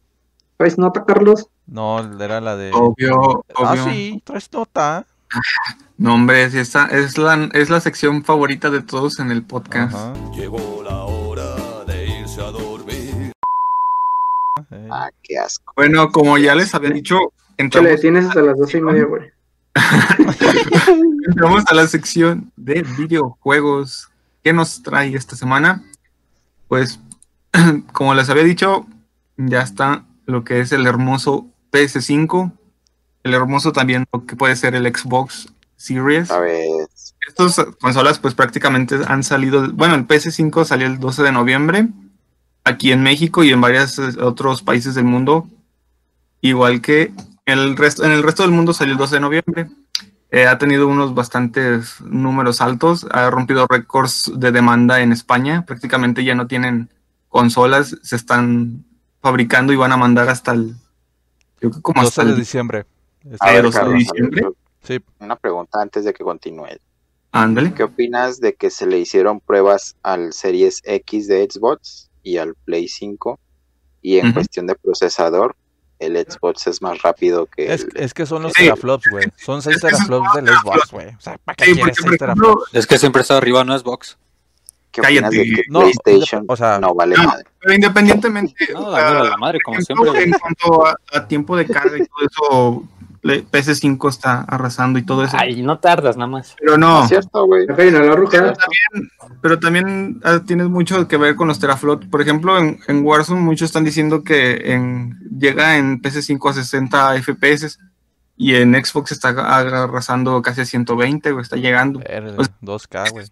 Speaker 1: ¿traes nota, Carlos?
Speaker 3: No, era la de.
Speaker 4: Obvio, obvio.
Speaker 3: Ah, sí, traes nota.
Speaker 4: No, hombre, si esta es la, es la sección favorita de todos en el podcast.
Speaker 3: Ajá.
Speaker 7: Llegó la hora de irse a dormir.
Speaker 3: Eh,
Speaker 2: Ah, qué asco.
Speaker 4: Bueno, como ya les había dicho,
Speaker 1: Chale,
Speaker 4: entramos,
Speaker 1: tienes hasta las doce y media, güey.
Speaker 4: Entramos a la sección de videojuegos. ¿Qué nos trae esta semana? Pues, como les había dicho, ya está lo que es el hermoso PS5. El hermoso también lo que puede ser el Xbox Series.
Speaker 2: A ver,
Speaker 4: Estas consolas pues prácticamente han salido, bueno, el PS5 salió el 12 de noviembre aquí en México y en varios eh, otros países del mundo, igual que el resto, en el resto del mundo salió el 12 de noviembre. Eh, ha tenido unos bastantes números altos, ha rompido récords de demanda en España, prácticamente ya no tienen consolas, se están fabricando y van a mandar hasta el, yo creo que como
Speaker 3: 12
Speaker 4: hasta
Speaker 3: de
Speaker 4: el
Speaker 3: diciembre.
Speaker 2: a ver,
Speaker 4: el 12 de
Speaker 2: Carlos, a ver,
Speaker 4: diciembre.
Speaker 3: Sí,
Speaker 2: una pregunta antes de que continúe.
Speaker 4: Ándale.
Speaker 2: ¿Qué opinas de que se le hicieron pruebas al Series X de Xbox y al Play 5? Y en
Speaker 4: Ujú.
Speaker 2: cuestión de procesador, el Xbox es más rápido que
Speaker 3: es,
Speaker 2: el...
Speaker 3: es que son los
Speaker 4: Sí.
Speaker 3: teraflops, güey. Son 6
Speaker 4: Es que son
Speaker 3: teraflops del Xbox, güey. O sea, ¿para qué
Speaker 4: Sí,
Speaker 3: quieres
Speaker 4: porque,
Speaker 3: 6
Speaker 4: por ejemplo,
Speaker 3: teraflops?
Speaker 5: Es que siempre está arriba, no es box.
Speaker 2: ¿Qué opinas
Speaker 4: cállate.
Speaker 2: de que
Speaker 3: No,
Speaker 2: PlayStation
Speaker 3: o sea,
Speaker 2: no vale
Speaker 4: no.
Speaker 2: madre?
Speaker 4: Pero independientemente.
Speaker 5: No,
Speaker 4: o
Speaker 5: la, mierda,
Speaker 4: sea,
Speaker 5: Ah, la madre, como
Speaker 4: ejemplo,
Speaker 5: siempre.
Speaker 4: En cuanto a, a tiempo de carga y todo eso, le- PS5 está arrasando y todo eso.
Speaker 5: Ay, no tardas nada más.
Speaker 4: Pero no,
Speaker 2: ¿Cierto, güey?
Speaker 1: La pena, la ruca.
Speaker 4: pero también ah, tienes mucho que ver con los teraflops. Por ejemplo, en, en Warzone muchos están diciendo que en, llega en PS5 a 60 FPS y en Xbox está aga- arrasando casi a 120, güey, está llegando.
Speaker 3: Verga,
Speaker 4: O sea,
Speaker 3: 2K, güey.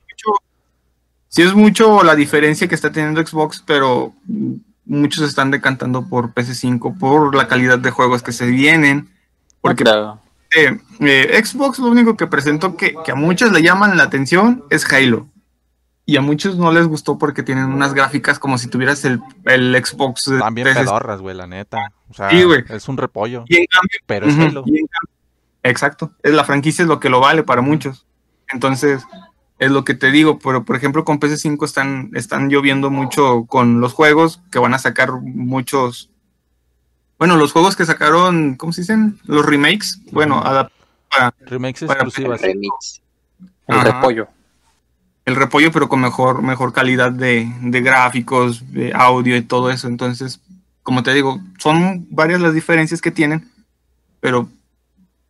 Speaker 4: Sí es mucho la diferencia que está teniendo Xbox, pero mm, muchos están decantando por PS5 por la calidad de juegos que se vienen. Porque
Speaker 5: Claro.
Speaker 4: eh, eh, Xbox lo único que presentó que, que a muchos le llaman la atención es Halo. Y a muchos no les gustó porque tienen unas gráficas como si tuvieras el, el Xbox. de
Speaker 3: También
Speaker 4: 360.
Speaker 3: pedorras, güey, la neta. O sea,
Speaker 4: Sí, güey.
Speaker 3: es un repollo,
Speaker 4: Y en cambio-
Speaker 3: pero es
Speaker 4: ujú,
Speaker 3: Halo.
Speaker 4: y en cambio- exacto. Es la franquicia es lo que lo vale para muchos. Entonces, es lo que te digo. Pero, por ejemplo, con PS5 están, están lloviendo mucho con los juegos que van a sacar muchos. Bueno, los juegos que sacaron, ¿cómo se dicen? Los remakes. Bueno,
Speaker 3: Ujú.
Speaker 4: adap-
Speaker 3: Remakes
Speaker 4: Bueno,
Speaker 2: El
Speaker 3: exclusivas.
Speaker 2: remix.
Speaker 5: El
Speaker 4: Ajá.
Speaker 5: repollo.
Speaker 4: el repollo, pero con mejor, mejor calidad de, de gráficos, de audio y todo eso. Entonces, como te digo, son varias las diferencias que tienen, pero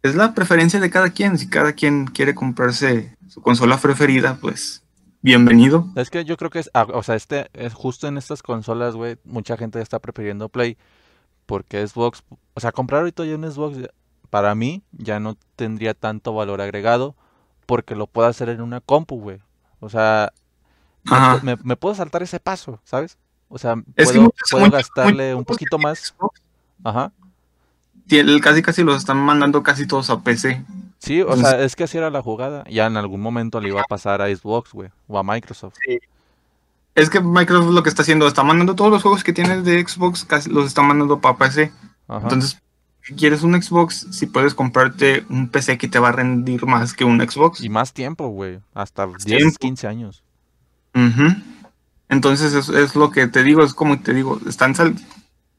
Speaker 4: es la preferencia de cada quien. Si cada quien quiere comprarse su consola preferida, pues bienvenido.
Speaker 3: Es que yo creo que es, ah, o sea, este, es justo en estas consolas, güey, mucha gente está prefiriendo Play porque Xbox, o sea, comprar ahorita ya un Xbox ya- para mí ya no tendría tanto valor agregado porque lo puedo hacer en una compu, güey. O sea,
Speaker 4: Ajá.
Speaker 3: me, me puedo saltar ese paso, ¿sabes? O sea, puedo,
Speaker 4: Es que muchos-
Speaker 3: puedo
Speaker 4: muchos-
Speaker 3: gastarle
Speaker 4: muchos
Speaker 3: un poquito más.
Speaker 4: Xbox
Speaker 3: Ajá.
Speaker 4: tiene- Casi casi los están mandando casi todos a PC.
Speaker 3: Sí, o
Speaker 4: Entonces-
Speaker 3: sea, es que así era la jugada. Ya en algún momento le iba a pasar a Xbox, güey, o a Microsoft.
Speaker 4: Es que Microsoft lo que está haciendo, está mandando todos los juegos que tienes de Xbox, casi los está mandando para PC.
Speaker 3: Ajá.
Speaker 4: Entonces, si quieres un Xbox, si puedes comprarte un PC que te va a rendir más que un Xbox.
Speaker 3: Y más tiempo, güey. Hasta 10,
Speaker 4: tiempo.
Speaker 3: 15 años.
Speaker 4: Ujú. Entonces, es, es lo que te digo, es como te digo, están sal-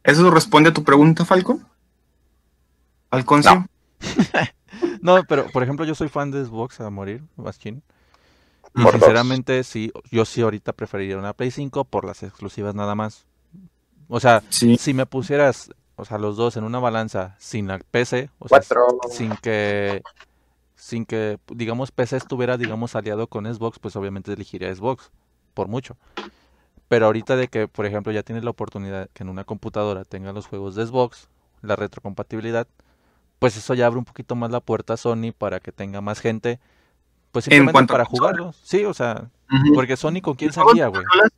Speaker 4: ¿Eso responde a tu pregunta, Falcon? Falconcio.
Speaker 3: No, pero por ejemplo, yo soy fan de Xbox a morir, Baskin. Y
Speaker 2: Por dos.
Speaker 3: sinceramente, sí, yo sí ahorita preferiría una Play 5 por las exclusivas nada más. O sea,
Speaker 4: Sí.
Speaker 3: si me pusieras, o sea, los dos en una balanza sin la PC, o sea,
Speaker 2: Cuatro.
Speaker 3: sin que sin que digamos PC estuviera digamos aliado con Xbox, pues obviamente elegiría Xbox por mucho. Pero ahorita de que, por ejemplo, ya tienes la oportunidad que en una computadora tenga los juegos de Xbox, la retrocompatibilidad, pues eso ya abre un poquito más la puerta a Sony para que tenga más gente, pues
Speaker 4: En
Speaker 3: simplemente
Speaker 4: cuanto a
Speaker 3: para
Speaker 4: consola.
Speaker 3: jugarlos. Sí, o sea,
Speaker 4: Ujú.
Speaker 3: porque Sony con quién
Speaker 4: Juegos
Speaker 3: salía,
Speaker 4: en
Speaker 3: güey.
Speaker 4: consolas-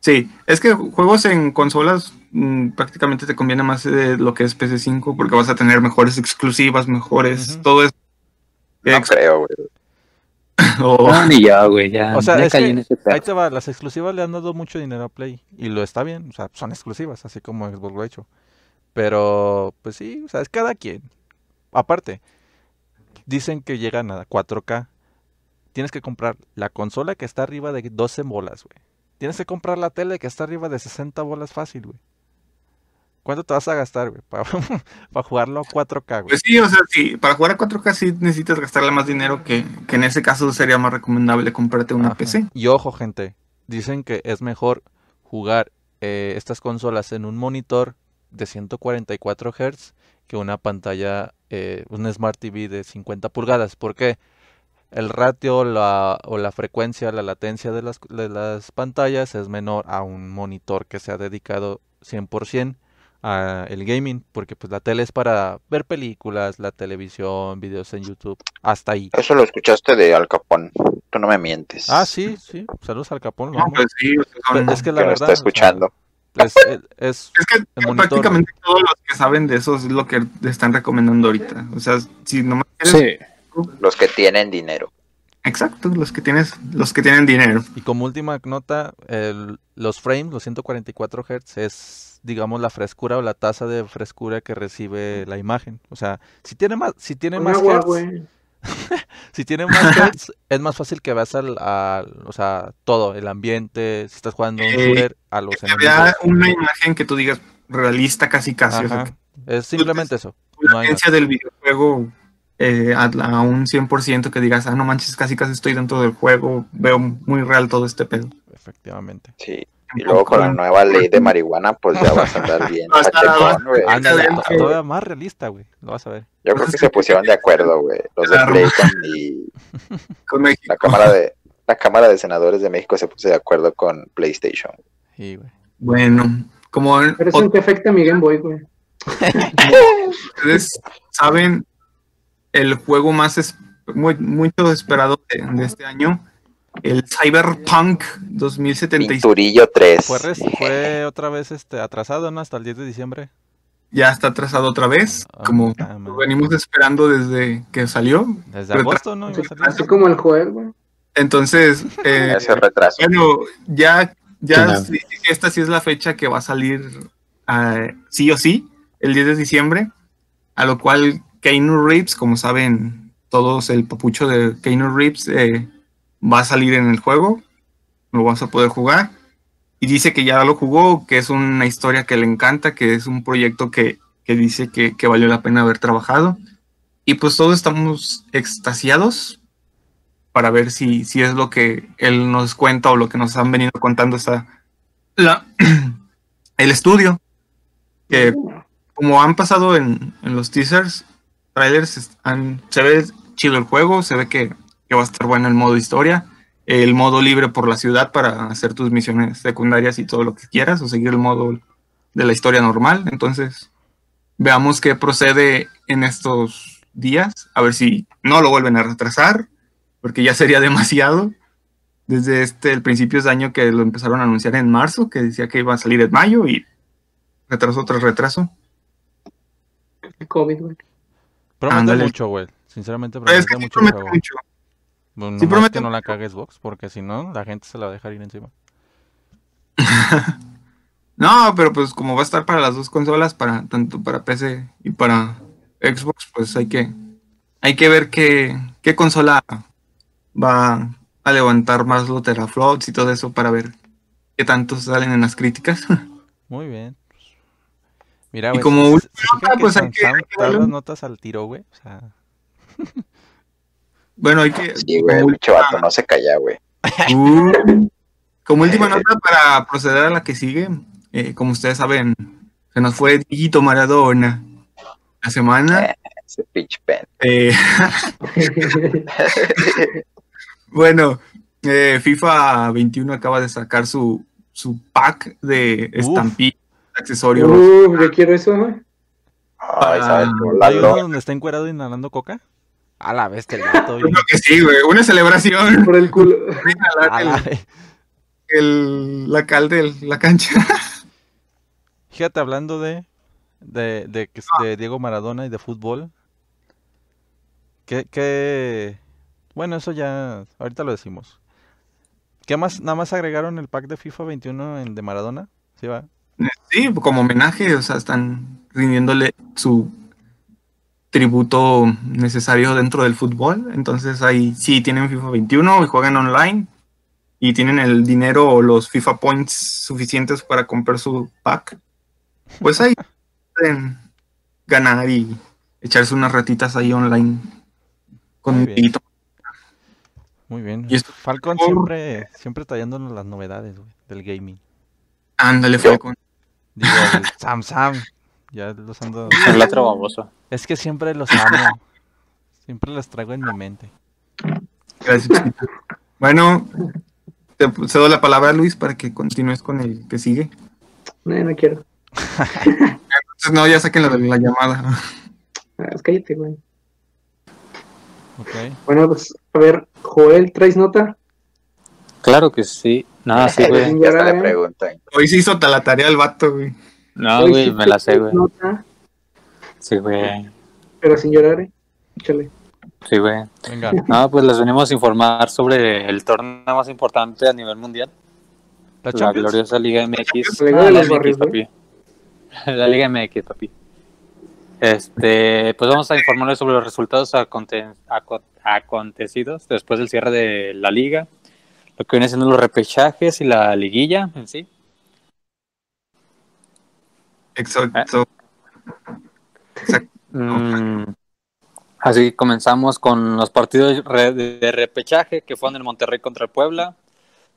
Speaker 4: Sí, es que juegos en consolas mm, prácticamente te conviene más eh, lo que es PC5 porque vas a tener mejores exclusivas, mejores,
Speaker 3: Ujú.
Speaker 4: todo eso.
Speaker 2: No
Speaker 4: Ex-
Speaker 2: creo, güey.
Speaker 4: o-
Speaker 5: ni ya, güey, ya.
Speaker 3: O sea,
Speaker 5: ya
Speaker 3: es
Speaker 5: caí
Speaker 3: que
Speaker 5: en ese
Speaker 3: Ahí
Speaker 5: pedo.
Speaker 3: te va, las exclusivas le han dado mucho dinero a Play y lo está bien, o sea, son exclusivas, así como Xbox lo ha hecho. Pero, pues sí, o sea, es cada quien. Aparte, dicen que llegan a 4K. Tienes que comprar la consola que está arriba de 12 bolas, güey. Tienes que comprar la tele que está arriba de 60 bolas fácil, güey. ¿Cuánto te vas a gastar, güey? Para jugarlo a 4K, güey.
Speaker 4: Pues sí, o sea, sí, para jugar a 4K sí necesitas gastarle más dinero que, que en ese caso sería más recomendable comprarte una
Speaker 3: Ajá.
Speaker 4: PC.
Speaker 3: Y ojo, gente, dicen que es mejor jugar eh, estas consolas en un monitor de 144 Hz que una pantalla eh, un Smart TV de 50 pulgadas. porque El ratio la, o la frecuencia, la latencia de las, de las pantallas es menor a un monitor que se ha dedicado 100% a el gaming, porque pues la tele es para ver películas, la televisión, videos en YouTube, hasta ahí.
Speaker 2: Eso lo escuchaste de Al Capón. Tú no me mientes.
Speaker 3: Ah, sí, sí, saludos al Capón, lo
Speaker 4: No,
Speaker 3: amo.
Speaker 4: pues sí, o sea, son-
Speaker 3: Pero es que
Speaker 2: Que
Speaker 3: la
Speaker 2: no
Speaker 3: verdad,
Speaker 2: está
Speaker 3: o sea,
Speaker 2: escuchando.
Speaker 3: es, es-
Speaker 4: Es que
Speaker 3: monitor,
Speaker 4: prácticamente todos los que saben de eso es lo que te están recomendando ahorita. O sea, si nomás quieres-
Speaker 2: Los que tienen dinero.
Speaker 4: Exacto, los que tienes, los que tienen dinero.
Speaker 3: y como última nota, el- los frames, los 144 Hz es digamos la frescura o la tasa de frescura que recibe la imagen. O sea, si tiene más si tiene
Speaker 1: Un
Speaker 3: más
Speaker 1: agua,
Speaker 3: hertz,
Speaker 1: güey.
Speaker 3: Si tiene más hertz, es más fácil que veas al, al- o sea, todo, el ambiente, si estás jugando un
Speaker 4: Eh,
Speaker 3: shooter, a
Speaker 4: Que
Speaker 3: los
Speaker 4: te vea
Speaker 3: enemigos.
Speaker 4: una imagen que tú digas realista casi casi. O sea,
Speaker 3: Ajá. Es simplemente eso.
Speaker 4: que la
Speaker 3: No hay más.
Speaker 4: latencia del videojuego eh, a, la- a un 100% que digas, ah, no manches, casi casi estoy dentro del juego, veo muy real todo este pedo.
Speaker 3: Efectivamente.
Speaker 2: Sí. Y luego con la
Speaker 4: Tampoco-
Speaker 2: nueva ley de marihuana, pues ya vas a andar bien.
Speaker 4: Vas a estar
Speaker 2: pachecón,
Speaker 1: Eh,
Speaker 2: güey.
Speaker 3: Ándale,
Speaker 4: bien,
Speaker 3: to-
Speaker 4: que-
Speaker 3: todavía más realista, güey. Lo vas a ver.
Speaker 2: Yo creo que se pusieron de acuerdo, güey. Los de
Speaker 4: Claro.
Speaker 2: Playcom y
Speaker 4: Con México.
Speaker 2: la Cámara de la Cámara de Senadores de México se puso de acuerdo con PlayStation.
Speaker 3: Sí, güey.
Speaker 4: Bueno, como
Speaker 1: Pero eso
Speaker 4: ot-
Speaker 1: en qué afecta a mi Game Boy, güey.
Speaker 4: ustedes saben, el juego más es- muy, mucho esperado de, de este año, el Cyberpunk 2077,
Speaker 2: Pinturillo 3.
Speaker 3: Fue, res- fue otra vez este atrasado, ¿no? Hasta el 10 de diciembre.
Speaker 4: ya está atrasado otra vez,
Speaker 3: Ah,
Speaker 4: como
Speaker 3: puta madre.
Speaker 4: lo venimos esperando desde que salió.
Speaker 3: Desde
Speaker 4: Retra-
Speaker 3: agosto, ¿no? Iba a salir.
Speaker 1: Así como el juego, güey.
Speaker 4: Entonces, eh,
Speaker 2: Ese retraso.
Speaker 4: Bueno, ya, ya
Speaker 5: Claro.
Speaker 4: sí, esta sí es la fecha que va a salir eh, sí o sí, el 10 de diciembre, a lo cual Keanu Reeves, como saben todos, el papucho de Keanu Reeves eh, va a salir en el juego, lo vas a poder jugar. Y dice que ya lo jugó, que es una historia que le encanta, que es un proyecto que, que dice que, que valió la pena haber trabajado. Y pues todos estamos extasiados para ver si, si es lo que él nos cuenta o lo que nos han venido contando está la, el estudio.
Speaker 3: Eh.
Speaker 4: Que como han pasado en, en los teasers, trailers, es- han- se ve chido el juego, se ve que, que va a estar bueno el modo historia, el modo libre por la ciudad para hacer tus misiones secundarias y todo lo que quieras, o seguir el modo de la historia normal. Entonces, veamos qué procede en estos días, a ver si no lo vuelven a retrasar, porque ya sería demasiado. Desde este, el principio de año que lo empezaron a anunciar en marzo, que decía que iba a salir en mayo y retraso tras retraso.
Speaker 1: El COVID, güey.
Speaker 3: Promete
Speaker 4: Ándale.
Speaker 3: mucho, güey. Sinceramente
Speaker 4: Pero
Speaker 3: promete
Speaker 4: es que sí
Speaker 3: mucho el
Speaker 4: promete
Speaker 3: juego.
Speaker 4: mucho.
Speaker 3: Bueno,
Speaker 4: Sí
Speaker 3: nomás
Speaker 4: promete
Speaker 3: que no la cagues Vox, porque si no, la gente se la va a dejar ir encima.
Speaker 4: No, pero pues como va a estar para las dos consolas, para tanto para PC y para Xbox, pues hay que hay que ver qué, qué consola va a levantar más los teraflops y todo eso para ver qué tanto salen en las críticas.
Speaker 3: Muy bien. pues. Mira,
Speaker 4: Y
Speaker 3: güey,
Speaker 4: como
Speaker 3: se- se- se fijan
Speaker 4: última nota,
Speaker 3: que
Speaker 4: pues, hay
Speaker 3: Sam-
Speaker 4: que- hay
Speaker 3: Sam
Speaker 4: que
Speaker 3: da
Speaker 4: darle
Speaker 3: las
Speaker 4: un-
Speaker 3: notas al tiro, güey. O sea,
Speaker 4: bueno, hay que
Speaker 2: Sí, güey,
Speaker 4: como
Speaker 2: el pinche vato no se calla, güey.
Speaker 4: Uh. Como última nota para proceder a la que sigue, eh, como ustedes saben, se nos fue Digito Maradona la semana.
Speaker 2: Ese pinche pen.
Speaker 4: Eh, bueno, eh, FIFA 21 acaba de sacar su, su pack de
Speaker 3: Uf.
Speaker 4: estampillas, accesorios.
Speaker 1: Uf, yo quiero eso, güey.
Speaker 2: Ay, ¿sabes? Por la
Speaker 3: ¿hay uno
Speaker 2: lo-
Speaker 3: donde está encuerado inhalando coca? A la bestia, el gato.
Speaker 4: Yo creo que sí, güey, una celebración.
Speaker 1: Por el culo.
Speaker 3: A la vez.
Speaker 4: El, la cal de la cancha.
Speaker 3: Fíjate, hablando de, de, de, que- de Diego Maradona y de fútbol, ¿qué, qué- Bueno, eso ya, ahorita lo decimos. ¿Qué más? Nada más agregaron el pack de FIFA 21 en, de Maradona. Sí, va.
Speaker 4: Sí, como homenaje, o sea, están rindiéndole su tributo necesario dentro del fútbol. Entonces ahí sí tienen FIFA 21 y juegan online y tienen el dinero o los FIFA Points suficientes para comprar su pack. Pues ahí pueden ganar y echarse unas ratitas ahí online con
Speaker 3: Muy
Speaker 4: un
Speaker 3: bien.
Speaker 4: poquito.
Speaker 3: Muy bien.
Speaker 4: Y esto-
Speaker 3: Falcon
Speaker 4: por-
Speaker 3: siempre, siempre trayéndonos las novedades güey, del gaming.
Speaker 4: Ándale, Falcon.
Speaker 3: Digo, el Sam Sam. Ya los ando.
Speaker 5: El otro baboso.
Speaker 3: Es que siempre los amo. Siempre los traigo en mi mente.
Speaker 4: Gracias, chiquita. Bueno, te cedo la palabra a Luis para que continúes con el que sigue.
Speaker 1: No, no quiero.
Speaker 4: Entonces, no, ya saquen la, la llamada.
Speaker 1: Ah, pues cállate, güey.
Speaker 3: Ok.
Speaker 1: Bueno, pues, a ver, Joel, ¿traes nota?
Speaker 5: Claro que sí. No, sí, güey.
Speaker 2: Ya hasta le ¿eh? preguntan.
Speaker 4: Hoy se hizo la tarea el vato, güey.
Speaker 5: No,
Speaker 1: Hoy
Speaker 5: Ah, güey,
Speaker 1: sí
Speaker 5: me la sé,
Speaker 1: traes
Speaker 5: güey.
Speaker 1: nota,
Speaker 5: Sí, güey.
Speaker 1: pero sin llorar, ¿eh? Échale.
Speaker 5: Sí, güey.
Speaker 3: Venga.
Speaker 5: No, pues les venimos a informar sobre el torneo más importante a nivel mundial.
Speaker 3: La
Speaker 5: La
Speaker 3: Champions.
Speaker 5: gloriosa Liga MX.
Speaker 1: La Liga
Speaker 5: Ah,
Speaker 1: de
Speaker 5: la
Speaker 1: los barrios,
Speaker 5: papi. La Liga MX, papi. Este, pues vamos a informarles sobre los resultados aconte- aco- acontecidos después del cierre de la liga, lo que viene siendo los repechajes y la liguilla en sí.
Speaker 4: Exacto.
Speaker 5: Ah. Mm, así que comenzamos con los partidos re- de repechaje que fueron el Monterrey contra el Puebla,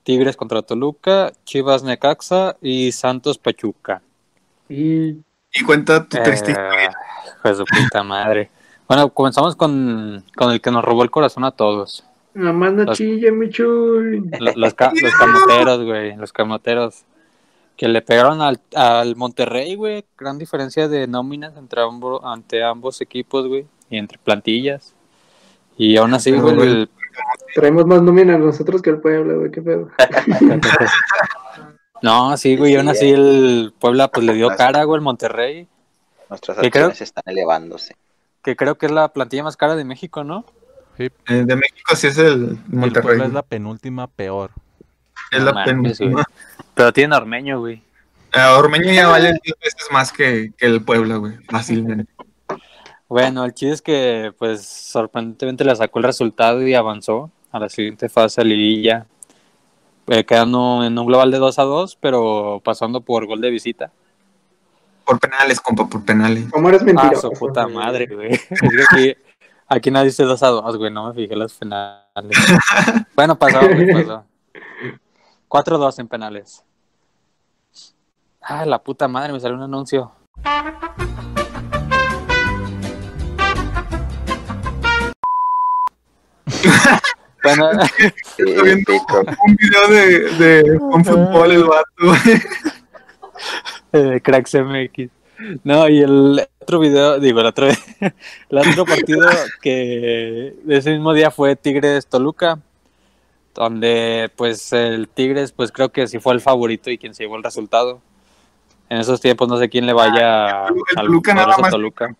Speaker 5: Tigres contra Toluca, Chivas Necaxa y Santos Pachuca.
Speaker 1: Y
Speaker 4: Y cuenta tu
Speaker 5: Eh,
Speaker 4: triste
Speaker 5: hijo de su puta madre. Bueno, comenzamos con, con el que nos robó el corazón a todos.
Speaker 1: nada más no
Speaker 5: Las-
Speaker 1: chille, mi chuy.
Speaker 5: Lo- Los, ca- los camoteros, güey. Los camoteros. Que le pegaron al, al Monterrey, güey. Gran diferencia de nóminas entre, ambos ante ambos equipos, güey. Y entre plantillas. Y aún así, güey. el-
Speaker 1: Traemos más nómina nosotros que el pueblo, güey, qué pedo.
Speaker 5: No, sí, güey. y aún
Speaker 4: eh.
Speaker 5: así el Puebla pues le dio cara, güey, al Monterrey.
Speaker 2: Nuestras
Speaker 5: ¿Qué creo?
Speaker 2: acciones están elevándose.
Speaker 5: Que creo que es la plantilla más cara de México, ¿no?
Speaker 4: eh, de México, sí es el
Speaker 3: Y el
Speaker 4: Monterrey.
Speaker 3: Puebla es la penúltima peor.
Speaker 4: es
Speaker 5: No
Speaker 4: la
Speaker 5: mames,
Speaker 4: penúltima.
Speaker 5: güey. Pero tiene Ormeño, güey.
Speaker 4: Eh, Ormeño ya vale 10 veces más que, que el Puebla, güey. Fácilmente.
Speaker 5: Bueno, el chiste es que, pues, sorprendentemente le sacó el resultado y avanzó a la siguiente fase de liguilla, eh, quedando en un global de 2 a 2, pero pasando por gol de visita.
Speaker 4: Por penales, compa, por penales.
Speaker 1: Como eres
Speaker 5: Ah,
Speaker 1: mentiroso.
Speaker 5: su puta madre, güey. Es que aquí, aquí nadie dice 2 a 2, güey, no me fijé en los penales. Bueno, pasó, güey, pasó. 4 a 2 en penales. Ah, la puta madre, me salió un anuncio. Bueno,
Speaker 2: Sí,
Speaker 4: Está bien.
Speaker 2: pico.
Speaker 4: Un video de, de
Speaker 5: Ah.
Speaker 4: un fútbol, el vato, güey.
Speaker 5: Eh, Cracks MX. No, y el otro video, digo, el otro, el otro partido que de ese mismo día fue Tigres Toluca, donde pues el Tigres pues creo que sí fue el favorito y quien se llevó el resultado. En esos tiempos no sé quién le vaya
Speaker 4: Ah, El
Speaker 5: al
Speaker 4: Toluca nada
Speaker 5: poderoso
Speaker 4: más.
Speaker 5: Toluca.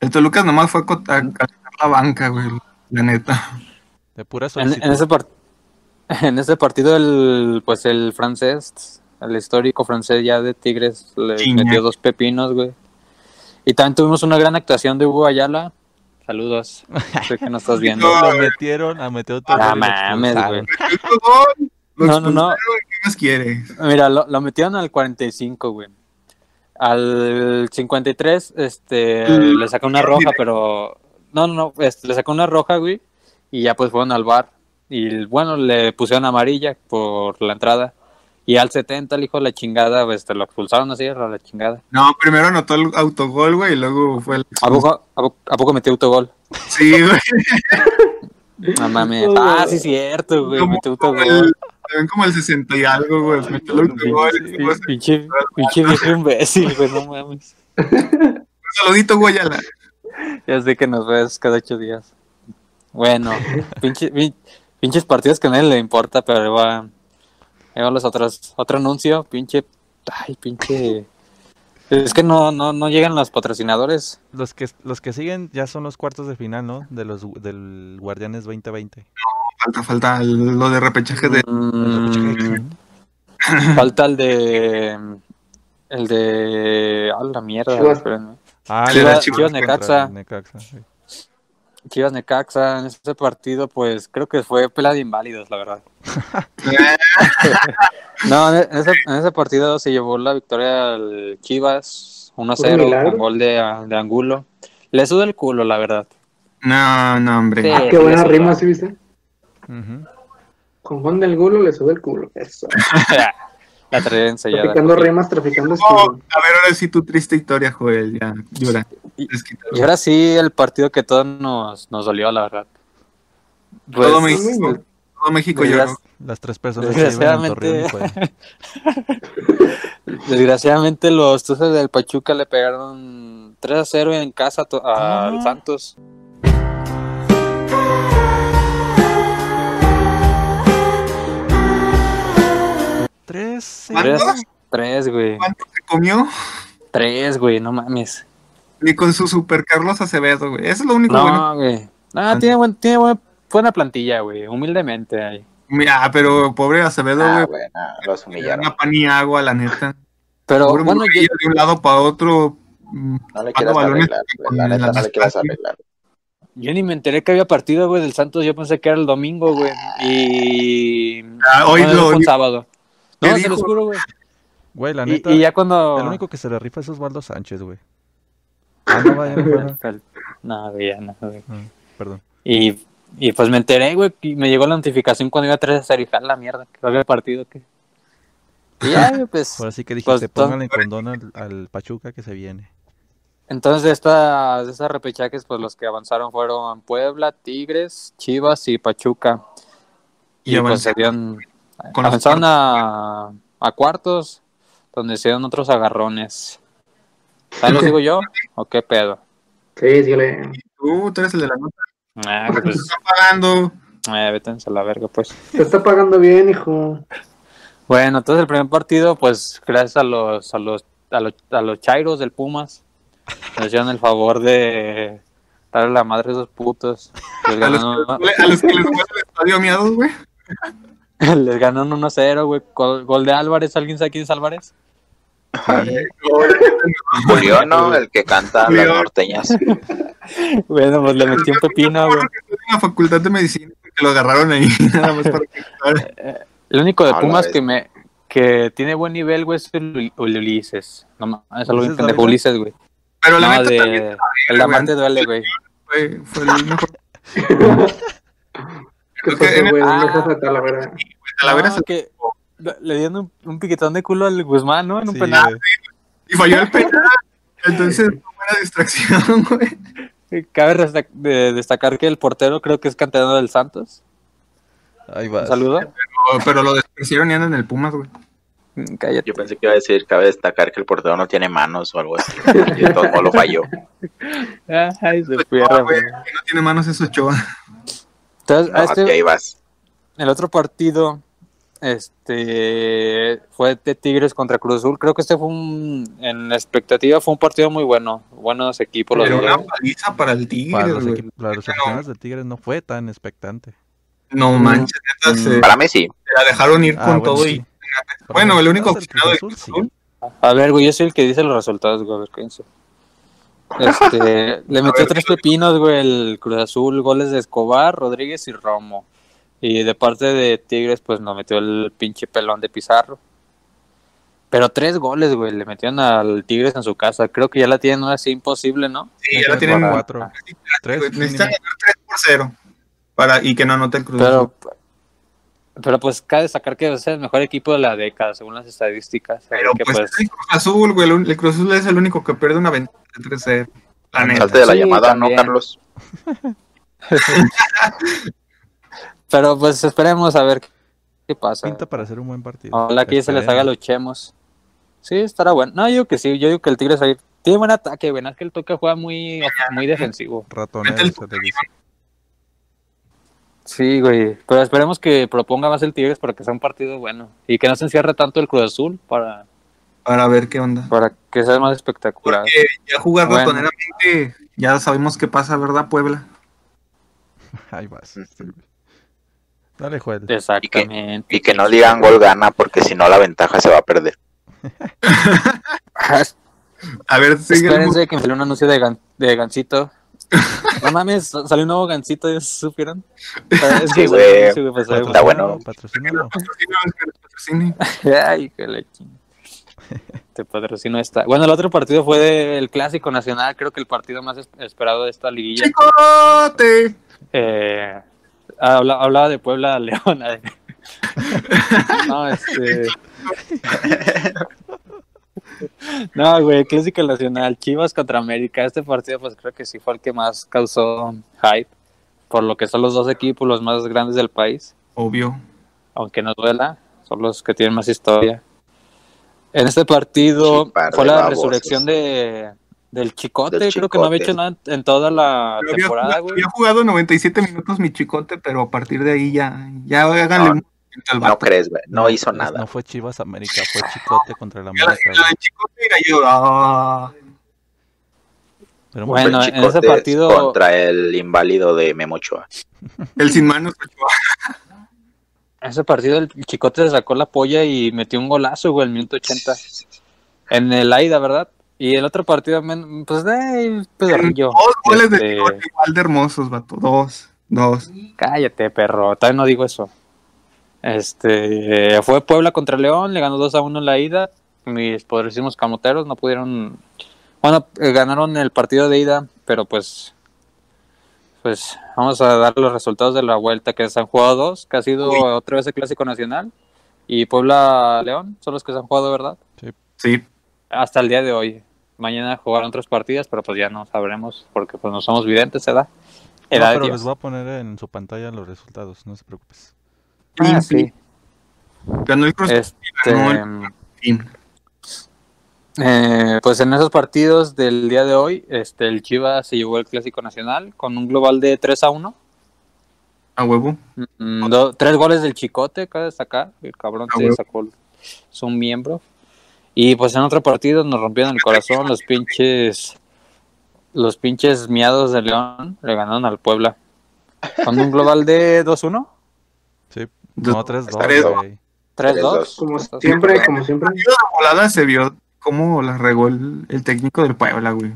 Speaker 4: El Toluca nomás fue a co- a
Speaker 5: Mm.
Speaker 4: calentar la banca, güey. La neta.
Speaker 3: De pura
Speaker 5: En,
Speaker 3: solicitud.
Speaker 5: en ese par- en ese partido el pues el francés, el histórico francés ya de Tigres le
Speaker 4: Chiña.
Speaker 5: metió dos pepinos, güey. Y también tuvimos una gran actuación de Hugo Ayala. Saludos. Sé que no estás viendo.
Speaker 4: No,
Speaker 3: Lo
Speaker 4: güey.
Speaker 3: metieron a Mateo
Speaker 5: No
Speaker 3: Torres.
Speaker 5: Ah, mames, güey.
Speaker 4: Metió gol, lo
Speaker 5: No, no, no.
Speaker 4: expulsaron, ¿Qué más quieres?
Speaker 5: Mira, lo, lo metieron al 45, güey. Al 53, este,
Speaker 4: Mm.
Speaker 5: le sacó una roja, pero... No, no, no, este, le sacó una roja, güey. Y ya pues fueron al bar. Y bueno, le pusieron amarilla por la entrada. Y al 70, el hijo de la chingada, pues, te lo expulsaron así, a la chingada.
Speaker 4: No, primero anotó el autogol, güey, y luego fue el.
Speaker 5: ¿A poco, a poco, a poco metió autogol?
Speaker 4: Sí, güey.
Speaker 5: No mames.
Speaker 1: No,
Speaker 5: Ah,
Speaker 1: güey.
Speaker 5: sí, cierto, güey.
Speaker 4: Como-
Speaker 5: Metió
Speaker 4: como
Speaker 5: autogol.
Speaker 4: el- También como el 60 y algo, güey. Metió el autogol.
Speaker 3: sí,
Speaker 4: luego se-
Speaker 5: Pinche pinche viejo imbécil, güey, no mames.
Speaker 4: Un saludito, güey, a la.
Speaker 5: Ya sé que nos ves cada ocho días. Bueno, pinche- pin- pinches partidos que a nadie le importa, pero ahí va, ahí van los otros. Otro anuncio, pinche. Ay, pinche. Es que no, no, no llegan los patrocinadores.
Speaker 3: Los que, los que siguen ya son los cuartos de final, ¿no? De los gu- del Guardianes 2020.
Speaker 4: Falta, falta el- lo de repechaje de.
Speaker 5: Mm, falta el de. El de. A la mierda,
Speaker 1: Chivas.
Speaker 5: espérenme.
Speaker 3: Ah,
Speaker 4: Sí,
Speaker 3: no,
Speaker 4: las
Speaker 3: sí,
Speaker 4: Chivas
Speaker 3: contra
Speaker 5: Necaxa.
Speaker 3: el Necaxa, sí.
Speaker 5: Chivas Necaxa, en ese partido, pues creo que fue pela de inválidos, la verdad. No, en en ese, en ese partido se llevó la victoria al Chivas
Speaker 1: Un
Speaker 5: 1-0
Speaker 1: milagro.
Speaker 5: con gol de, ah, de Angulo. Le suda el culo, la verdad.
Speaker 4: No, no, hombre.
Speaker 5: Sí.
Speaker 1: Ah, qué buena
Speaker 5: Eso,
Speaker 1: rima,
Speaker 5: claro.
Speaker 1: ¿sí viste?
Speaker 3: Ujú.
Speaker 1: Con Juan del Gulo le sube el culo. Eso.
Speaker 5: La traía ensayada.
Speaker 1: Traficando rimas, traficando
Speaker 4: No, a
Speaker 1: estilo.
Speaker 4: ver, ahora sí tu triste historia, Joel. Ya, llora.
Speaker 5: Y-
Speaker 4: Es que
Speaker 5: Y ahora sí, el partido que todos nos, nos dolió, la verdad. Pues,
Speaker 4: todo,
Speaker 1: me-
Speaker 4: México, todo México
Speaker 5: desgra-
Speaker 4: lloró.
Speaker 3: Las tres personas que viven en Torreón y Cuauhtémoc.
Speaker 5: este, desgraciadamente los Tuzos del Pachuca le pegaron 3 a 0 en casa to-
Speaker 1: Ah.
Speaker 5: al Santos.
Speaker 3: Tres, sí.
Speaker 4: ¿Cuánto?
Speaker 5: Tres, tres, güey.
Speaker 4: ¿Cuánto se comió?
Speaker 5: Tres, güey, no mames.
Speaker 4: Ni con su super Carlos Acevedo, güey. Eso es lo único bueno.
Speaker 5: No, güey. No, tiene, buen, tiene buen- buena plantilla, güey. Humildemente ahí.
Speaker 4: Mira, pero pobre Acevedo,
Speaker 2: Ah,
Speaker 4: güey.
Speaker 2: bueno, los humillaron.
Speaker 4: Una pan y agua, la neta.
Speaker 5: Pero
Speaker 4: Pobre
Speaker 5: bueno,
Speaker 4: morrillo,
Speaker 5: yo,
Speaker 4: de un lado para otro. mm,
Speaker 2: No le quieras
Speaker 4: balones
Speaker 2: arreglar, güey, la neta no le quieras arreglar.
Speaker 5: yo ni me enteré que había partido, güey, del Santos. Yo pensé que era el domingo, güey. Y.
Speaker 4: ah, hoy
Speaker 5: Bueno, fue
Speaker 4: lo.
Speaker 5: un sábado.
Speaker 4: ¿Qué
Speaker 5: No, se
Speaker 4: dijo?
Speaker 5: los juro, güey.
Speaker 3: Güey, la
Speaker 5: Y-
Speaker 3: neta,
Speaker 5: Y, ya cuando.
Speaker 3: el único que se le rifa es Osvaldo Sánchez, güey. Ah, no, vaya, no, fuera.
Speaker 5: No, güey, ya no, güey.
Speaker 3: Ah, Perdón.
Speaker 5: Y, y pues me enteré, güey, y me llegó la notificación cuando iba a 3 a 0 y jala la mierda, que había partido. Que... Y ya, güey, pues.
Speaker 3: Ahora sí que dijiste,
Speaker 5: Pues, to-
Speaker 3: pónganle condón al, al Pachuca que se viene.
Speaker 5: Entonces, de, esta, de estas repechajes, pues los que avanzaron fueron Puebla, Tigres, Chivas y Pachuca.
Speaker 4: Y
Speaker 5: Y, pues se dieron-
Speaker 4: con los
Speaker 5: avanzaron a, a cuartos, donde se dieron otros agarrones. ¿Ahí los digo yo? ¿O qué pedo?
Speaker 1: Sí, síguele.
Speaker 4: Uh, Tú, tú eres el de la nota.
Speaker 5: Ah,
Speaker 4: ¿Por qué te
Speaker 5: pues,
Speaker 4: están pagando?
Speaker 5: eh, vete a la verga, pues.
Speaker 1: Te está pagando bien, hijo.
Speaker 5: Bueno, entonces el primer partido, pues gracias a los, a los, a los, a los chairos del Pumas, nos hicieron el favor de darle la madre a esos putos. Les
Speaker 4: A los,
Speaker 5: ganaron,
Speaker 4: a los que les gusta el estadio miados, güey.
Speaker 5: les ganaron 1-0, güey. Gol, gol de Álvarez, ¿alguien sabe quién es Álvarez?
Speaker 2: Julián, ¿no? El que canta las
Speaker 4: Julián.
Speaker 2: norteñas.
Speaker 5: Bueno, pues le metí un pepino, güey.
Speaker 4: En la facultad de medicina, que lo agarraron ahí. Nada más para que.
Speaker 5: El único de
Speaker 2: A la
Speaker 5: Pumas
Speaker 2: vez.
Speaker 5: que me que tiene buen nivel, güey, es el Uli- Ulises. No mames, es algo bien
Speaker 3: ¿Ulises
Speaker 5: pendejo,
Speaker 3: Dávila?
Speaker 5: Ulises, güey.
Speaker 4: Pero la
Speaker 5: No,
Speaker 4: neta también
Speaker 5: de... El amante duele, güey.
Speaker 4: fue, fue el mejor.
Speaker 1: ¿Qué
Speaker 4: Creo que en
Speaker 1: pasó,
Speaker 4: el-
Speaker 1: güey?
Speaker 5: Ah.
Speaker 1: Dejas de Talavera.
Speaker 4: Talavera
Speaker 5: No,
Speaker 4: se-
Speaker 5: que le le dieron un, un piquetón de culo al Guzmán, ¿no? En un
Speaker 3: Sí,
Speaker 5: penal.
Speaker 3: güey.
Speaker 4: Y falló el penal. Entonces, fue una distracción, güey.
Speaker 5: Cabe resta- de- destacar que el portero creo que es canterano del Santos.
Speaker 3: Ahí
Speaker 5: Un
Speaker 2: Ah,
Speaker 3: vas.
Speaker 5: saludo.
Speaker 4: Pero- Pero lo despreciaron y andan en el Pumas, güey.
Speaker 5: Mm, Cállate.
Speaker 2: Yo pensé que iba a decir, cabe destacar que el portero no tiene manos o algo así. Y de todos modos lo falló.
Speaker 5: Ay,
Speaker 2: Pues,
Speaker 5: se
Speaker 4: Ah,
Speaker 5: pierda,
Speaker 4: güey,
Speaker 5: güey.
Speaker 4: que no tiene manos es Ochoa.
Speaker 5: Entonces, a
Speaker 2: No,
Speaker 5: este-
Speaker 2: y ahí vas.
Speaker 5: el otro partido este fue de Tigres contra Cruz Azul. Creo que este fue un, en la expectativa, fue un partido muy bueno. Buenos equipos los
Speaker 4: Pero
Speaker 5: dos.
Speaker 4: una paliza para el
Speaker 3: Para
Speaker 4: Tigre,
Speaker 3: los,
Speaker 4: güey.
Speaker 3: equipos, para los aficionados de Tigres no fue tan expectante.
Speaker 4: No manches, neta, se,
Speaker 2: Para mí sí.
Speaker 4: se la dejaron ir
Speaker 3: Mm. Ah,
Speaker 4: con
Speaker 3: bueno,
Speaker 4: todo
Speaker 3: sí.
Speaker 4: y... Bueno, el único
Speaker 3: Cruz
Speaker 4: aficionado del
Speaker 3: Azul,
Speaker 4: Cruz
Speaker 3: sí.
Speaker 4: Azul.
Speaker 5: A ver, güey, yo soy el que dice los resultados, güey. A ver, cállense. Este, le metió
Speaker 4: ver,
Speaker 5: tres pepinos, güey, el Cruz Azul, goles de Escobar, Rodríguez y Romo. Y de parte de Tigres, pues nos metió el pinche pelón de Pizarro. Pero tres goles, güey, le metieron al Tigres en su casa. Creo que ya la tienen una así imposible, ¿no?
Speaker 4: Sí, ya la tienen...
Speaker 3: cuatro. Ah, Tres.
Speaker 4: güey, Necesitan
Speaker 3: Pues, mínimo.
Speaker 4: Pues, ganar 3 por 0 para, y que no anote el Cruz Azul.
Speaker 5: Pero, pero pues cabe destacar que es el mejor equipo de la década, según las estadísticas. Así
Speaker 4: Pero
Speaker 5: que,
Speaker 4: pues,
Speaker 5: pues,
Speaker 4: es el Cruz Azul, güey. El, el Cruz Azul es el único que pierde una ventaja de 3-0. La neta.
Speaker 2: Salte de la
Speaker 5: Sí,
Speaker 2: llamada,
Speaker 5: también.
Speaker 2: ¿no, Carlos?
Speaker 5: pero pues esperemos a ver qué, qué pasa.
Speaker 3: Pinta para hacer un buen partido.
Speaker 5: Ojalá que ya se les haga
Speaker 3: Esperemos.
Speaker 5: los chemos. Sí, estará bueno. No, yo digo que sí, yo digo que el Tigres ahí tiene buen ataque, güey. Es que el toque juega muy, muy defensivo.
Speaker 3: Ratoneros,
Speaker 4: Mete el
Speaker 3: se le dice.
Speaker 5: Sí, güey. Pero esperemos que proponga más el Tigres para que sea un partido bueno. Y que no se encierre tanto el Cruz Azul para,
Speaker 4: Para ver qué onda.
Speaker 5: para que sea más espectacular.
Speaker 4: Porque ya jugar
Speaker 5: Bueno.
Speaker 4: ratoneramente, ya sabemos qué pasa, ¿verdad, Puebla?
Speaker 3: Ahí vas. sí, güey. Dale, Joel.
Speaker 5: Exactamente.
Speaker 2: Y que no digan gol gana, porque si no la ventaja se va a perder.
Speaker 5: Ah,
Speaker 4: A ver, sigue el-
Speaker 5: Espérense que me salió un anuncio de, gan- de Gancito. No mames, salió un nuevo Gancito, ¿ya supieron? Es
Speaker 2: Sí,
Speaker 5: que
Speaker 2: güey.
Speaker 5: salió un anuncio, güey, pues,
Speaker 2: Está
Speaker 5: salió-
Speaker 2: bueno.
Speaker 3: Patrocínalo.
Speaker 4: patrocine.
Speaker 5: Ay, que la chingada. Te patrocino esta. Bueno, el otro partido fue el Clásico Nacional, creo que el partido más es- esperado de esta liguilla.
Speaker 4: ¡Chicote!
Speaker 5: Eh, habla- hablaba de Puebla León. ay. No, este, No, güey, Clásico Nacional, Chivas contra América. Este partido, pues creo que sí fue el que más causó hype, por lo que son los dos equipos los más grandes del país,
Speaker 4: Obvio.
Speaker 5: aunque no duela, son los que tienen más historia. En este partido
Speaker 2: Sí, par
Speaker 5: fue
Speaker 2: de
Speaker 5: la
Speaker 2: babosos.
Speaker 5: resurrección de, del Chicote,
Speaker 2: Del
Speaker 5: creo que no había
Speaker 2: Chicote.
Speaker 5: hecho nada en toda la
Speaker 4: Yo había,
Speaker 5: temporada,
Speaker 4: jugado,
Speaker 5: güey.
Speaker 4: había jugado 97 minutos mi chicote, pero a partir de ahí ya, ya háganle
Speaker 2: No.
Speaker 4: un-
Speaker 2: No
Speaker 4: al vato.
Speaker 2: crees, güey. No hizo
Speaker 3: es-
Speaker 2: nada.
Speaker 3: pues, No fue Chivas América, fue Chicote contra el
Speaker 4: Ya la,
Speaker 3: América.
Speaker 4: ya la de chicote y yo, ah,
Speaker 3: Pero
Speaker 2: Fue
Speaker 5: Bueno, en ese
Speaker 2: Chicotes
Speaker 5: partido-
Speaker 2: Contra el inválido de Memochoa.
Speaker 4: el sin manos. Ochoa.
Speaker 5: En ese partido el Chicote se sacó la polla y metió un golazo, güey, el minuto 80. En el Aida, ¿verdad? Y el otro partido, men- pues, de pedorrillo.
Speaker 4: Dos goles de
Speaker 5: Este,
Speaker 4: chicote igual de hermosos, vato. Dos, dos.
Speaker 5: Cállate, perro. Todavía no digo eso. Este fue Puebla contra León, le ganó 2 a 1 en la ida. Mis poderosísimos camoteros no pudieron. Bueno, eh, ganaron el partido de ida, pero pues. Pues vamos a dar los resultados de la vuelta, que se han jugado dos, que ha sido
Speaker 4: Uy.
Speaker 5: otra vez el Clásico Nacional. Y Puebla-León son los que se han jugado, ¿verdad?
Speaker 4: Sí,
Speaker 5: Hasta el día de hoy. Mañana jugarán otras partidas, pero pues ya no sabremos, porque pues no somos videntes, ¿edad?
Speaker 3: No,
Speaker 5: Edad de
Speaker 3: pero
Speaker 5: Dios.
Speaker 3: les voy a poner en su pantalla los resultados, no se preocupes.
Speaker 5: Ah,
Speaker 4: Clean
Speaker 5: sí.
Speaker 4: sheet. ganó el Cruz
Speaker 5: Este,
Speaker 4: ganó el- Azul.
Speaker 5: Eh, pues en esos partidos del día de hoy, este, el Chivas se llevó el Clásico Nacional con un global de 3 a 1.
Speaker 4: A huevo.
Speaker 5: Mm, do- tres goles del Chicote, cabe destacar. El cabrón
Speaker 4: Ah,
Speaker 5: se
Speaker 4: huevo.
Speaker 5: sacó su miembro. Y pues en otro partido nos rompieron el corazón los pinches. Los pinches miados de León le ganaron al Puebla. Con un global de 2-1,
Speaker 3: Sí, no,
Speaker 4: Entonces,
Speaker 3: 3-2,
Speaker 4: tres-dos.
Speaker 3: güey.
Speaker 5: 3-2.
Speaker 1: Como
Speaker 5: Estás-
Speaker 1: siempre, como siempre.
Speaker 4: la volada se vio cómo la regó el, el técnico del Puebla, güey.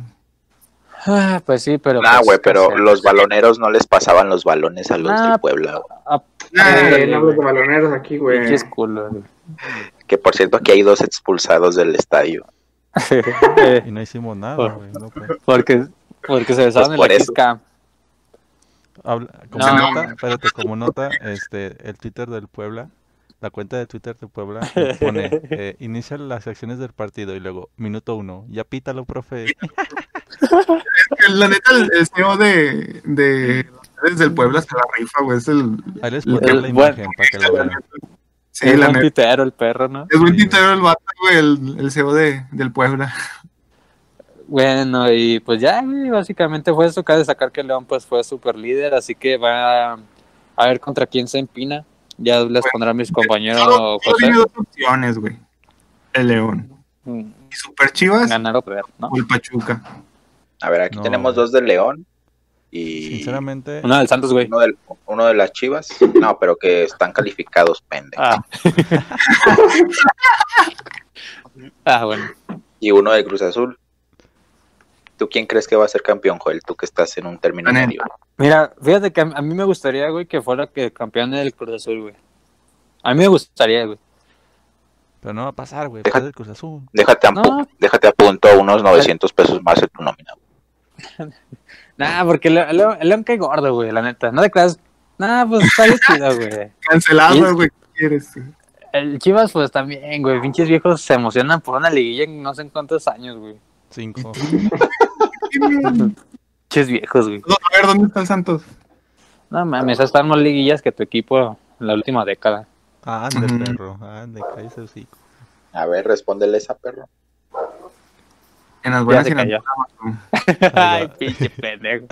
Speaker 5: Ah, pues sí, pero.
Speaker 2: Nah,
Speaker 5: pues,
Speaker 2: güey,
Speaker 5: ¿qué
Speaker 2: pero
Speaker 5: hacer?
Speaker 2: los baloneros no les pasaban los balones a los
Speaker 5: Ah,
Speaker 2: del Puebla. güey.
Speaker 5: Ah,
Speaker 1: Eh,
Speaker 5: Ándale,
Speaker 1: no los
Speaker 5: güey.
Speaker 1: baloneros aquí, güey.
Speaker 5: pinches culos, güey.
Speaker 2: Que por cierto, aquí hay dos expulsados del estadio.
Speaker 5: Eh,
Speaker 3: Y no hicimos nada,
Speaker 5: Por-
Speaker 3: güey. no, pues.
Speaker 5: Porque, porque se besaron
Speaker 4: Pues
Speaker 5: en
Speaker 2: por
Speaker 5: la
Speaker 2: eso.
Speaker 5: quisca.
Speaker 3: Habla- como
Speaker 5: No,
Speaker 3: nota,
Speaker 4: no.
Speaker 3: espérate, como nota, este, el Twitter del Puebla, la cuenta de Twitter del Puebla pone, eh, inicia las acciones del partido y luego, minuto uno, ya pítalo, profe.
Speaker 4: La neta, el, el CEO de, de desde el Puebla hasta la rifa, güey. Es el.
Speaker 3: Ahí les
Speaker 4: El-
Speaker 3: pondré la
Speaker 5: bueno.
Speaker 3: imagen para que la vean.
Speaker 4: Sí,
Speaker 5: el
Speaker 4: la neta.
Speaker 5: titero, el perro, ¿no?
Speaker 4: Es buen
Speaker 3: Sí,
Speaker 4: tintero el vato, güey, el, el CEO de, del Puebla.
Speaker 5: Bueno, y pues ya, güey, básicamente fue eso. Cabe destacar que León pues fue super líder, así que va a, a ver contra quién se empina. Ya les pondrán
Speaker 4: eh,
Speaker 5: mis compañeros
Speaker 4: Solo, solo tiene
Speaker 5: José.
Speaker 4: dos opciones, güey. El León.
Speaker 5: Mm,
Speaker 4: Y Super Chivas
Speaker 5: Ganar o perder, ¿no?
Speaker 4: o el Pachuca.
Speaker 2: A ver, aquí
Speaker 3: No,
Speaker 2: tenemos
Speaker 3: güey.
Speaker 2: dos del León y
Speaker 3: Sinceramente,
Speaker 5: Una del Santos, güey.
Speaker 2: uno, del- uno de las Chivas. No, pero que están calificados, pendejo.
Speaker 5: Ah. ah, bueno.
Speaker 2: Y uno del Cruz Azul. ¿Tú quién crees que va a ser campeón, Joel? Tú que estás en un término
Speaker 4: Gané.
Speaker 2: medio.
Speaker 5: Mira, fíjate que a, a mí me gustaría, güey, que fuera que campeón del Cruz Azul, güey. A mí me gustaría, güey.
Speaker 3: pero no va a pasar, güey,
Speaker 2: Deja-
Speaker 3: pierde el Cruz Azul.
Speaker 2: Déjate a, pu-
Speaker 5: No.
Speaker 2: déjate a punto unos 900 pesos más en tu nómina.
Speaker 5: Nah, porque Leo- Leo- León cae gordo, güey, la neta. No te creas. Nah, pues está bien chido, güey.
Speaker 4: Cancelado,
Speaker 5: ¿Y?
Speaker 4: güey. ¿Qué quieres? sí?
Speaker 5: El Chivas, pues también, güey. Pinches viejos se emocionan por una liguilla en no sé en cuántos años, güey.
Speaker 3: Cinco.
Speaker 5: Pinches viejos, güey.
Speaker 4: No, a ver, ¿dónde está el Santos?
Speaker 5: No mames, esas están más liguillas que tu equipo en la última década.
Speaker 3: Ande,
Speaker 4: Ujú.
Speaker 3: perro, ande, cállese el hocico.
Speaker 2: A ver, respóndele esa perro.
Speaker 4: En las
Speaker 5: Ya
Speaker 4: buenas y
Speaker 5: se
Speaker 4: en las
Speaker 5: cayó.
Speaker 4: malas,
Speaker 5: Ay, pinche pendejo.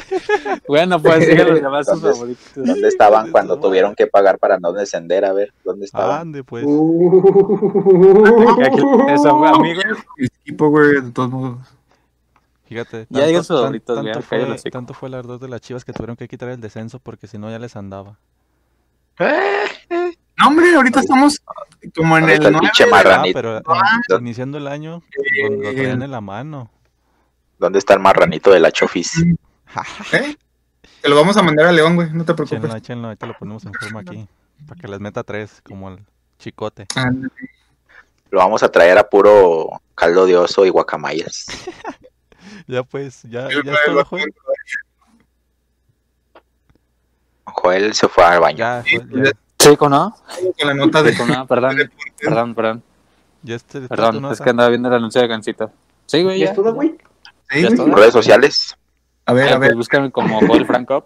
Speaker 5: Bueno, pues sigue los demás sus
Speaker 2: ¿Dónde-
Speaker 5: favoritos.
Speaker 2: ¿Dónde estaban cuando tuvieron que pagar para no descender? A ver, ¿dónde estaban?
Speaker 3: Ande, pues.
Speaker 1: Uh.
Speaker 5: Aquí- Eso, güey, amigos.
Speaker 4: güey. Equipo, güey, de todos modos.
Speaker 3: Fíjate,
Speaker 5: Ya
Speaker 3: tanto,
Speaker 5: digan sus
Speaker 3: tan-
Speaker 5: favoritos,
Speaker 3: tanto
Speaker 5: vean,
Speaker 3: fue,
Speaker 5: cállate el hocico.
Speaker 3: tanto fue el ardor de las chivas que tuvieron que quitar el descenso porque si no ya les andaba.
Speaker 4: No, hombre, ahorita estamos como en el
Speaker 2: Ahorita el
Speaker 4: 9.
Speaker 2: pinche
Speaker 3: Ah,
Speaker 2: marranito.
Speaker 3: pero
Speaker 4: Ah.
Speaker 3: in- iniciando el año lo, lo traían en la mano.
Speaker 2: ¿Dónde está el marranito de la Chofis?
Speaker 4: ¿eh? Te lo vamos a mandar a León, güey, no te preocupes.
Speaker 3: Échenlo, échenlo, ahorita lo ponemos en forma aquí. Para que les meta tres, como el chicote.
Speaker 4: Ah,
Speaker 2: Lo vamos a traer a puro caldo de oso y guacamayas.
Speaker 3: Ya pues, ya,
Speaker 4: el-
Speaker 3: ya está
Speaker 4: el-
Speaker 3: abajo.
Speaker 2: Joel se fue al baño.
Speaker 3: Ya, Joel, ya.
Speaker 5: Chico, ¿no?
Speaker 4: Con la nota de
Speaker 5: Chico, no, perdón. Perdón, perdón.
Speaker 3: Ya este, está tu
Speaker 5: Perdón,
Speaker 3: nota.
Speaker 5: es que andaba viendo el anuncio de Gancito. Sí, güey,
Speaker 1: ¿Ya
Speaker 5: ya.
Speaker 1: es todo, güey?
Speaker 4: Sí,
Speaker 5: Ya
Speaker 4: güey.
Speaker 5: está.
Speaker 2: Redes sociales.
Speaker 4: A ver,
Speaker 5: Ah,
Speaker 4: a ver.
Speaker 5: Pues búscame como Joel Franco.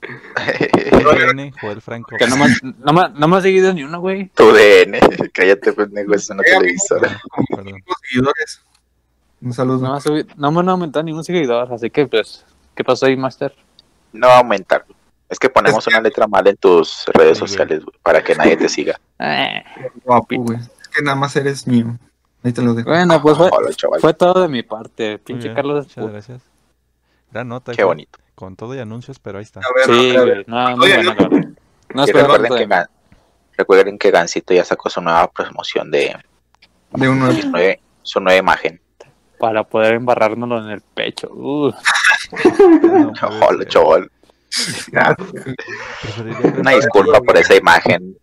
Speaker 3: Tu DN, Joel Franco.
Speaker 5: Que no me, has- no, me, no me has seguido ni uno, güey.
Speaker 2: Tu DN. Cállate, pendejo, es una
Speaker 4: Eh, amigo.
Speaker 2: televisora.
Speaker 3: Ah, perdón.
Speaker 4: los seguidores. Un saludo.
Speaker 5: No me, has subido, no me han aumentado ningún seguidor. Así que, pues, ¿qué pasó ahí, Master?
Speaker 2: No va a aumentar. Es que ponemos una letra mal en tus redes
Speaker 3: Sí, güey.
Speaker 2: sociales güey, para que nadie te siga.
Speaker 5: Eh,
Speaker 4: Guapo, güey. Es que nada más eres mío. Ahí te lo dejo.
Speaker 5: Bueno, pues fue,
Speaker 2: Hola, chaval.
Speaker 5: fue todo de mi parte.
Speaker 3: Muy
Speaker 5: Pinche
Speaker 3: bien,
Speaker 5: Carlos. uh.
Speaker 3: Muchas gracias. Gran nota.
Speaker 2: Qué
Speaker 3: güey.
Speaker 2: bonito.
Speaker 3: Con todo y anuncios, pero ahí está.
Speaker 4: A ver,
Speaker 5: Sí,
Speaker 4: a ver.
Speaker 5: güey. No, muy
Speaker 4: Oye,
Speaker 5: bueno,
Speaker 4: no.
Speaker 5: Carlos. No
Speaker 2: Y
Speaker 5: espero
Speaker 2: recuerden
Speaker 5: tanto de
Speaker 2: que,
Speaker 5: mí.
Speaker 2: Gan- recuerden que Gansito ya sacó su nueva promoción de
Speaker 4: De un nuevo.
Speaker 2: su nueva, su nueva imagen.
Speaker 5: para poder embarrárnoslo en el pecho. Uh,
Speaker 3: No,
Speaker 2: Hola,
Speaker 3: güey,
Speaker 2: chaval.
Speaker 3: preferiría que-
Speaker 2: Una disculpa por esa imagen.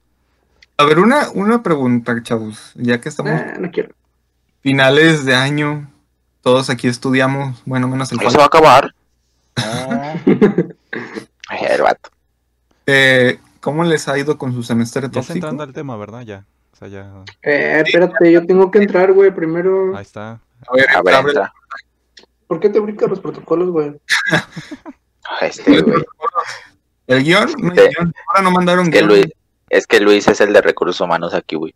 Speaker 4: A ver, una, una pregunta, chavos. Ya que estamos
Speaker 5: Eh.
Speaker 1: Ah, no quiero.
Speaker 4: finales de año, todos aquí estudiamos, bueno, menos el
Speaker 2: Ahí se
Speaker 4: cual.
Speaker 2: va a acabar.
Speaker 5: ah,
Speaker 2: Ay, El vato.
Speaker 4: Eh, ¿Cómo les ha ido con su semestre
Speaker 3: Ya está
Speaker 4: tóxico?
Speaker 3: entrando al tema, ¿verdad? Ya. O sea, ya.
Speaker 1: Eh, espérate, yo tengo que entrar, güey, primero.
Speaker 3: Ahí está.
Speaker 4: A ver,
Speaker 2: A ver,
Speaker 4: abre-
Speaker 2: entra.
Speaker 1: ¿Por qué te brincas los protocolos, güey?
Speaker 2: Este, güey.
Speaker 4: el guión, no hay
Speaker 2: Sí.
Speaker 4: guión. Ahora no mandaron
Speaker 2: Es que
Speaker 4: guión.
Speaker 2: Luis, es que Luis es el de recursos humanos aquí, güey.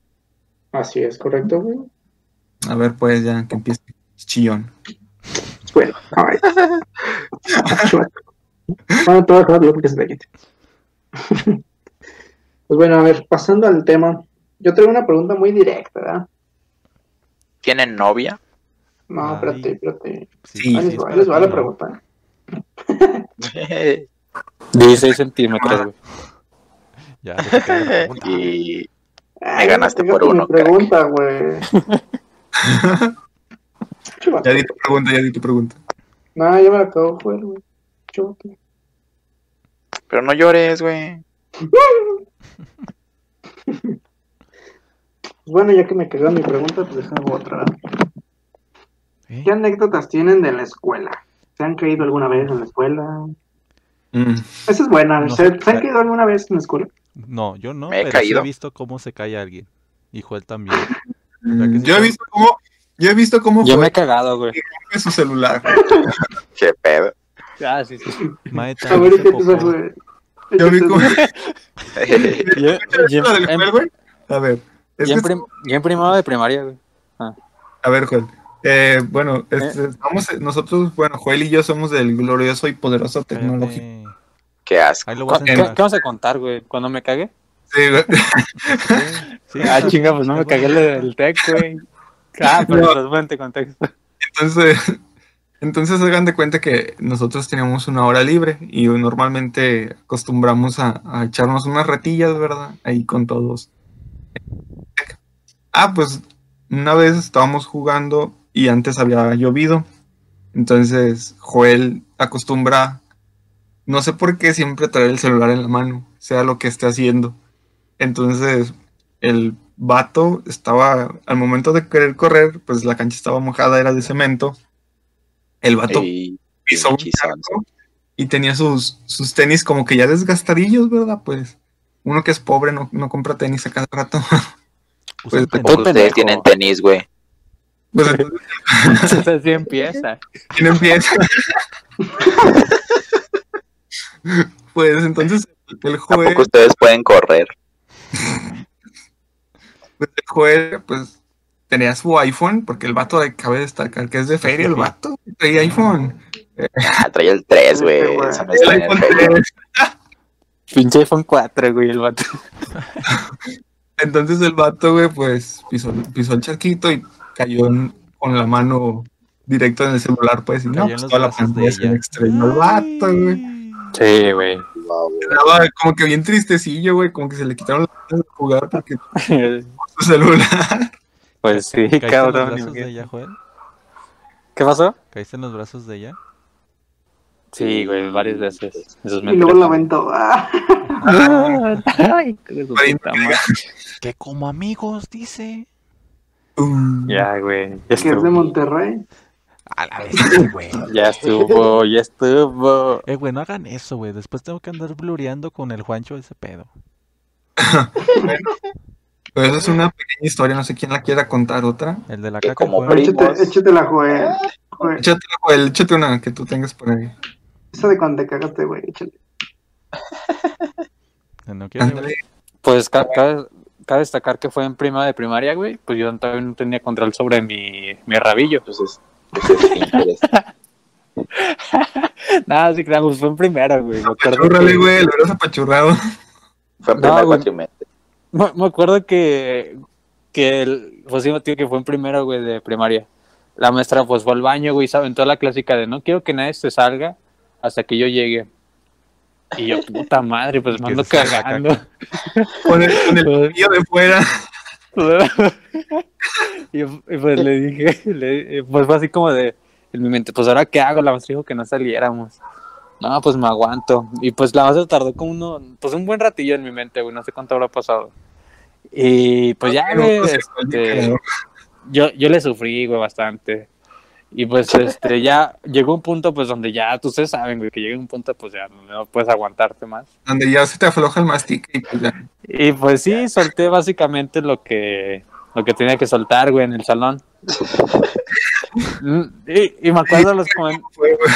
Speaker 1: Así es, correcto, güey.
Speaker 4: A ver, pues ya, que empiece. Chillón.
Speaker 1: Bueno, a ver. Bueno, te voy a dejar hablar porque se te quite. Pues bueno, a ver, pasando al tema. Yo traigo una pregunta muy directa, ¿verdad?
Speaker 2: ¿Tienen novia?
Speaker 1: No,
Speaker 3: Ay.
Speaker 1: espérate, espérate.
Speaker 4: Sí,
Speaker 1: Ahí les
Speaker 3: es
Speaker 1: va,
Speaker 3: para
Speaker 1: ahí les va
Speaker 3: ti,
Speaker 1: la
Speaker 3: ¿no?
Speaker 1: pregunta.
Speaker 5: 16 centímetros, güey.
Speaker 3: Ya, deja que haga la pregunta.
Speaker 2: y
Speaker 1: Ay,
Speaker 2: ganaste
Speaker 1: fíjate
Speaker 2: por
Speaker 1: mi
Speaker 2: uno, crack.
Speaker 1: pregunta, güey. Chivato.
Speaker 4: Ya di tu pregunta, ya di tu pregunta.
Speaker 1: No, yo me la acabo de jugar, güey. Chivato.
Speaker 2: Pero no llores, güey.
Speaker 1: Pues bueno, ya que me cagaron mi pregunta, pues déjame hago otra. ¿verdad?
Speaker 3: ¿Eh?
Speaker 1: ¿Qué anécdotas tienen de la escuela? ¿Se han caído alguna vez en la escuela?
Speaker 4: Mm.
Speaker 1: Esa es buena.
Speaker 3: No.
Speaker 1: ¿Se, se han caído alguna vez en la escuela?
Speaker 3: No, yo no,
Speaker 2: Me he
Speaker 3: pero sí he
Speaker 2: caído.
Speaker 3: visto cómo se cae alguien. Y Joel también. que sí
Speaker 4: Mm, Yo he
Speaker 3: fue.
Speaker 4: visto cómo, yo he visto cómo
Speaker 5: Yo me he
Speaker 4: fue
Speaker 5: cagado, güey.
Speaker 4: su celular.
Speaker 2: Qué pedo.
Speaker 5: Ah, sí, sí.
Speaker 3: Mae
Speaker 1: A ver,
Speaker 3: también se
Speaker 1: ¿qué te
Speaker 3: popó.
Speaker 1: fue?
Speaker 4: Yo vi cómo.
Speaker 5: Yo, yo-
Speaker 4: ¿La del
Speaker 5: em-
Speaker 4: Joel, güey? A ver. este es
Speaker 5: yo en,
Speaker 4: que-
Speaker 5: prim- yo en primero de primaria, güey.
Speaker 4: A ver, Joel. Eh, bueno, este, estamos- nosotros, bueno, Joel y yo somos del glorioso y poderoso tecnológico.
Speaker 3: Cállate.
Speaker 2: Qué asco.
Speaker 3: Ahí lo
Speaker 5: ¿Cu-
Speaker 3: vas a
Speaker 5: ¿Qué,
Speaker 3: entrar.
Speaker 5: qué vas a contar, güey? ¿Cuándo me cagué?
Speaker 4: Sí, güey.
Speaker 3: Sí,
Speaker 5: Ah, chinga, pues no me cagué del tech, güey. Ah, pero
Speaker 4: No.
Speaker 5: los voy en contexto.
Speaker 4: entonces, entonces hagan de cuenta que nosotros teníamos una hora libre y normalmente acostumbramos a, a echarnos unas retillas, ¿verdad? Ahí con todos. Ah, pues una vez estábamos jugando y antes había llovido. Entonces Joel acostumbra, no sé por qué, siempre traer el celular en la mano, sea lo que esté haciendo. Entonces el vato estaba, al momento de querer correr, pues la cancha estaba mojada, era de cemento. El
Speaker 5: Ah,
Speaker 4: vato
Speaker 2: Y-
Speaker 4: pisó un
Speaker 2: pinche
Speaker 4: charco y tenía sus, sus tenis como que ya desgastadillos, ¿verdad? Pues uno que es pobre no, no compra tenis a cada rato.
Speaker 3: Usan
Speaker 2: Porque
Speaker 4: Pues,
Speaker 3: tenis.
Speaker 2: ustedes
Speaker 5: pendejo.
Speaker 2: tienen tenis, güey.
Speaker 4: Pues entonces, Pues,
Speaker 5: Así empieza.
Speaker 4: ¿quién empieza? pues entonces el Joel,
Speaker 2: Tampoco ustedes pueden correr.
Speaker 4: pues, el Joel, pues tenía su iPhone, porque el vato de cabe destacar que es de feria, el vato traía iPhone.
Speaker 2: Ah, trae el 3, güey.
Speaker 1: Este, güey.
Speaker 2: Eso no es
Speaker 4: El
Speaker 2: tener
Speaker 4: iPhone
Speaker 2: fe.
Speaker 4: 3.
Speaker 5: Pinche iPhone 4, güey, el vato.
Speaker 4: Entonces el vato, güey, pues pisó, pisó el charquito y cayó en- con la mano directo en el celular, pues, y no,
Speaker 3: Cayó en
Speaker 4: pues
Speaker 3: los
Speaker 4: toda la
Speaker 3: brazos de
Speaker 4: pantalla se
Speaker 3: ella.
Speaker 4: le extrañó el vato, güey.
Speaker 5: Sí, güey.
Speaker 4: Estaba como que bien tristecillo, güey, como que se le quitaron las ganas de jugar porque por su celular.
Speaker 5: Pues sí,
Speaker 3: ¿Caíste en los
Speaker 5: cabrón.
Speaker 3: brazos de
Speaker 5: güey.
Speaker 3: ella, Joel?
Speaker 5: ¿Qué pasó?
Speaker 3: ¿Caíste en los brazos de ella?
Speaker 5: Sí, güey, varias veces. Esos
Speaker 1: Y luego lamento. Ah,
Speaker 5: Ay, qué puta madre.
Speaker 3: Que como amigos, dice.
Speaker 4: Uh,
Speaker 5: Ya, güey. Ya
Speaker 1: que es de
Speaker 5: estuvo.
Speaker 1: Monterrey.
Speaker 3: A la vez, güey.
Speaker 5: Ya estuvo, ya estuvo.
Speaker 3: Eh, güey, no hagan eso, güey. Después tengo que andar blureando con el Juancho ese pedo.
Speaker 4: Pero esa es una pequeña historia, no sé quién la quiera contar otra.
Speaker 3: El de la
Speaker 2: Que
Speaker 3: caca.
Speaker 2: como
Speaker 3: fue-
Speaker 2: Pri-
Speaker 1: Échate, échatela, Joel. Joel.
Speaker 4: Échate, Joel, échate una que tú tengas por ahí.
Speaker 1: Esa de cuando te cagaste, güey. échale.
Speaker 3: No quiere, güey.
Speaker 4: Ándale.
Speaker 5: Pues ca- cabe, cabe destacar que fue en prima de primaria, güey. Pues yo todavía no tenía control sobre mi, mi rabillo.
Speaker 2: Entonces, entonces, Pinterest.
Speaker 5: Nada, sí, claro, pues fue en primera, güey. Me acuerdo,
Speaker 4: Apachúrrale,
Speaker 5: que,
Speaker 4: güey, lo hubieras apachurrado.
Speaker 2: Fue
Speaker 5: No,
Speaker 2: primer
Speaker 5: güey.
Speaker 2: cuatrimestre.
Speaker 5: me, me acuerdo que, que el, pues sí, tío, que fue en primera, güey, de primaria. La maestra, pues fue al baño, güey, saben toda la clásica de no quiero que nadie se salga hasta que yo llegue. Y yo, puta madre, pues
Speaker 3: Que
Speaker 5: me ando
Speaker 3: se salga
Speaker 5: cagando.
Speaker 4: Con el, con el
Speaker 5: Pues,
Speaker 4: tío de fuera.
Speaker 5: y, y pues le dije, le- pues fue así como de, en mi mente, pues ahora qué hago, la maestra dijo que no saliéramos. No, pues me aguanto. Y pues la maestra tardó como uno, pues un buen ratillo en mi mente, güey, no sé cuánto habrá pasado. Y pues ya,
Speaker 4: Ah, No,
Speaker 5: güey,
Speaker 4: no sé,
Speaker 5: este, yo, yo le sufrí, güey, bastante. Y pues, este, ya llegó un punto, pues, donde ya, tú ustedes saben, güey, que llega un punto, pues, ya no, no puedes aguantarte más.
Speaker 4: Donde ya se te afloja el mastique y pues ya.
Speaker 5: Y pues sí, solté básicamente lo que, lo que tenía que soltar, güey, en el salón. Mm, y, y me acuerdo los comen-
Speaker 4: Fue, güey.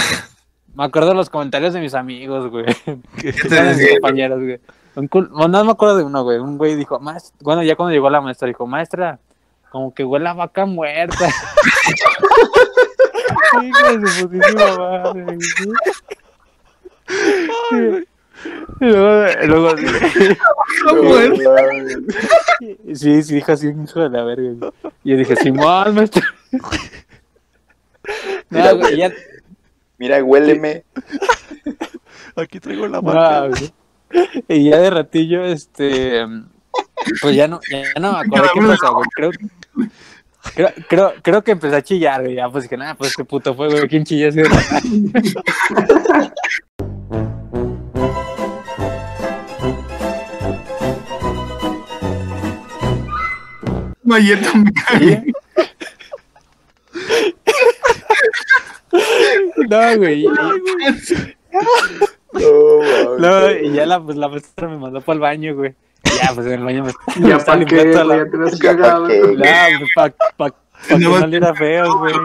Speaker 5: me acuerdo los comentarios de mis amigos, güey.
Speaker 4: ¿Qué te
Speaker 5: De mis
Speaker 4: decía?
Speaker 5: compañeros, güey. Un cul- bueno, no me acuerdo de uno, güey. Un güey dijo, "Maes- bueno, ya cuando llegó la maestra, dijo, maestra, como que huele a vaca muerta. Hijo de su putísima madre, güey. Y luego, luego Sí, sí, dijo así, hijo de la verga. güey. Y yo dije, Simón, maestro.
Speaker 2: Mira,
Speaker 5: No, güey, ya,
Speaker 2: Mira, huéleme.
Speaker 3: Aquí traigo la
Speaker 5: no,
Speaker 3: marca.
Speaker 5: Ah, güey. Y ya de ratillo, este. Pues ya no, ya no me acuerdo qué pasó, güey. Creo, creo, creo, creo que empecé a chillar, güey. Ya, pues dije, nada, pues este puto fue, güey. ¿Quién chilla así de la-
Speaker 4: Mayeta me cagué.
Speaker 5: No, güey. y-
Speaker 2: No,
Speaker 5: No, y ya la, pues, la maestra me mandó para el baño, güey. Ya, pues en el baño me me
Speaker 1: Ya
Speaker 5: estaba
Speaker 1: pa' qué,
Speaker 5: limpiando toda la-
Speaker 1: güey, ya te lo has
Speaker 2: Ya pa'
Speaker 1: cagado.
Speaker 2: qué.
Speaker 5: No, pues, pa, pa, pa que
Speaker 4: No,
Speaker 5: no oliera feo, güey.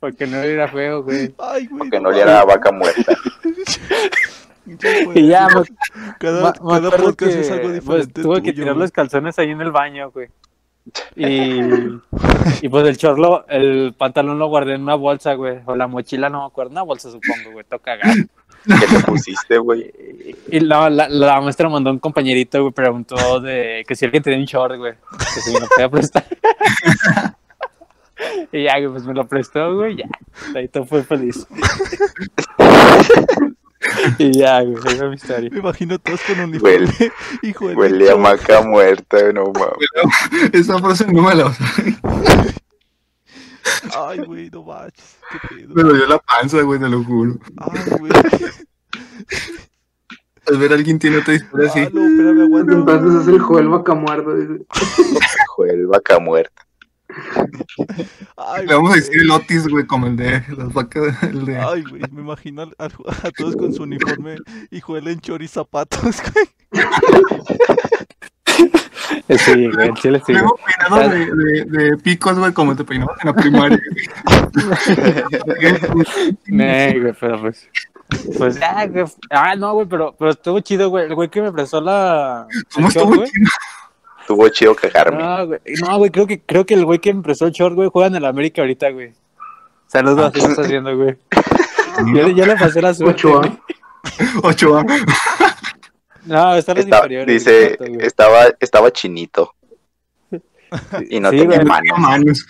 Speaker 5: Pa' que no oliera feo, güey.
Speaker 3: Ay, güey.
Speaker 2: que no oliera a vaca muerta.
Speaker 5: Y ya, pues,
Speaker 3: Cada,
Speaker 5: ma- me
Speaker 3: cada
Speaker 5: acuerdo
Speaker 3: podcast
Speaker 5: que,
Speaker 3: es algo
Speaker 5: pues,
Speaker 3: diferente.
Speaker 5: tuve que
Speaker 3: tuyo,
Speaker 5: tirar
Speaker 3: güey.
Speaker 5: los calzones ahí en el baño, güey. Y, y pues el chorlo, el pantalón lo guardé en una bolsa, güey. O la mochila, no me acuerdo. Una bolsa, supongo, güey. Toca cagar.
Speaker 2: ¿Qué te pusiste, güey?
Speaker 5: Y la, la, la maestra mandó un compañerito, güey, preguntó de que si alguien tenía un short, güey, que si me lo podía prestar. y ya, güey, pues me lo prestó, güey, ya. Ahí todo fue feliz. y ya, güey, esa fue mi historia.
Speaker 3: Me imagino todos con uniforme. Hijo de
Speaker 2: Huele a
Speaker 3: leche.
Speaker 2: vaca muerta, no mames.
Speaker 4: Esa frase no me la
Speaker 3: Ay, güey, no manches. Qué
Speaker 4: me
Speaker 3: pedo.
Speaker 4: dolió la panza, güey, te lo juro.
Speaker 3: Ay, güey.
Speaker 4: Al ver a alguien tiene otra historia así.
Speaker 3: Ah, no, espérame, aguanta.
Speaker 1: Entonces es el Joel Bacamuardo. dice.
Speaker 2: Joel, vaca muerta.
Speaker 3: Ay,
Speaker 4: Le vamos a
Speaker 3: güey.
Speaker 4: decir el Otis, güey, como el de las vacas, el de...
Speaker 3: Ay, güey, me imagino al- al- a, todos con su uniforme y Joel en chori zapatos, güey.
Speaker 5: Eh, Sí, güey, el chile sí. güey.
Speaker 4: Luego peinado de, de, de picos, güey, como te peinabas en la primaria. güey.
Speaker 5: Nee, güey, pero pues. Pues ya, güey. Ah, no, güey, pero, pero estuvo chido, güey. El güey que me prestó la. el
Speaker 4: ¿Cómo
Speaker 5: short,
Speaker 4: estuvo
Speaker 5: güey.
Speaker 4: chido?
Speaker 2: Tuvo chido cagarme.
Speaker 5: No, güey, no, güey, creo que, creo que el güey que empezó el short, güey, juega en el América ahorita, güey. Saludos, ¿qué estás haciendo, güey? Yo, yo le pasé la suerte.
Speaker 1: Ochoa.
Speaker 5: güey.
Speaker 4: Ochoa.
Speaker 5: No, está en los
Speaker 2: Estaba-
Speaker 5: inferiores.
Speaker 2: dice,
Speaker 5: exacto, güey.
Speaker 2: estaba, estaba chinito. Y no
Speaker 5: Sí,
Speaker 2: tenía
Speaker 5: güey.
Speaker 2: manos.
Speaker 4: Manos.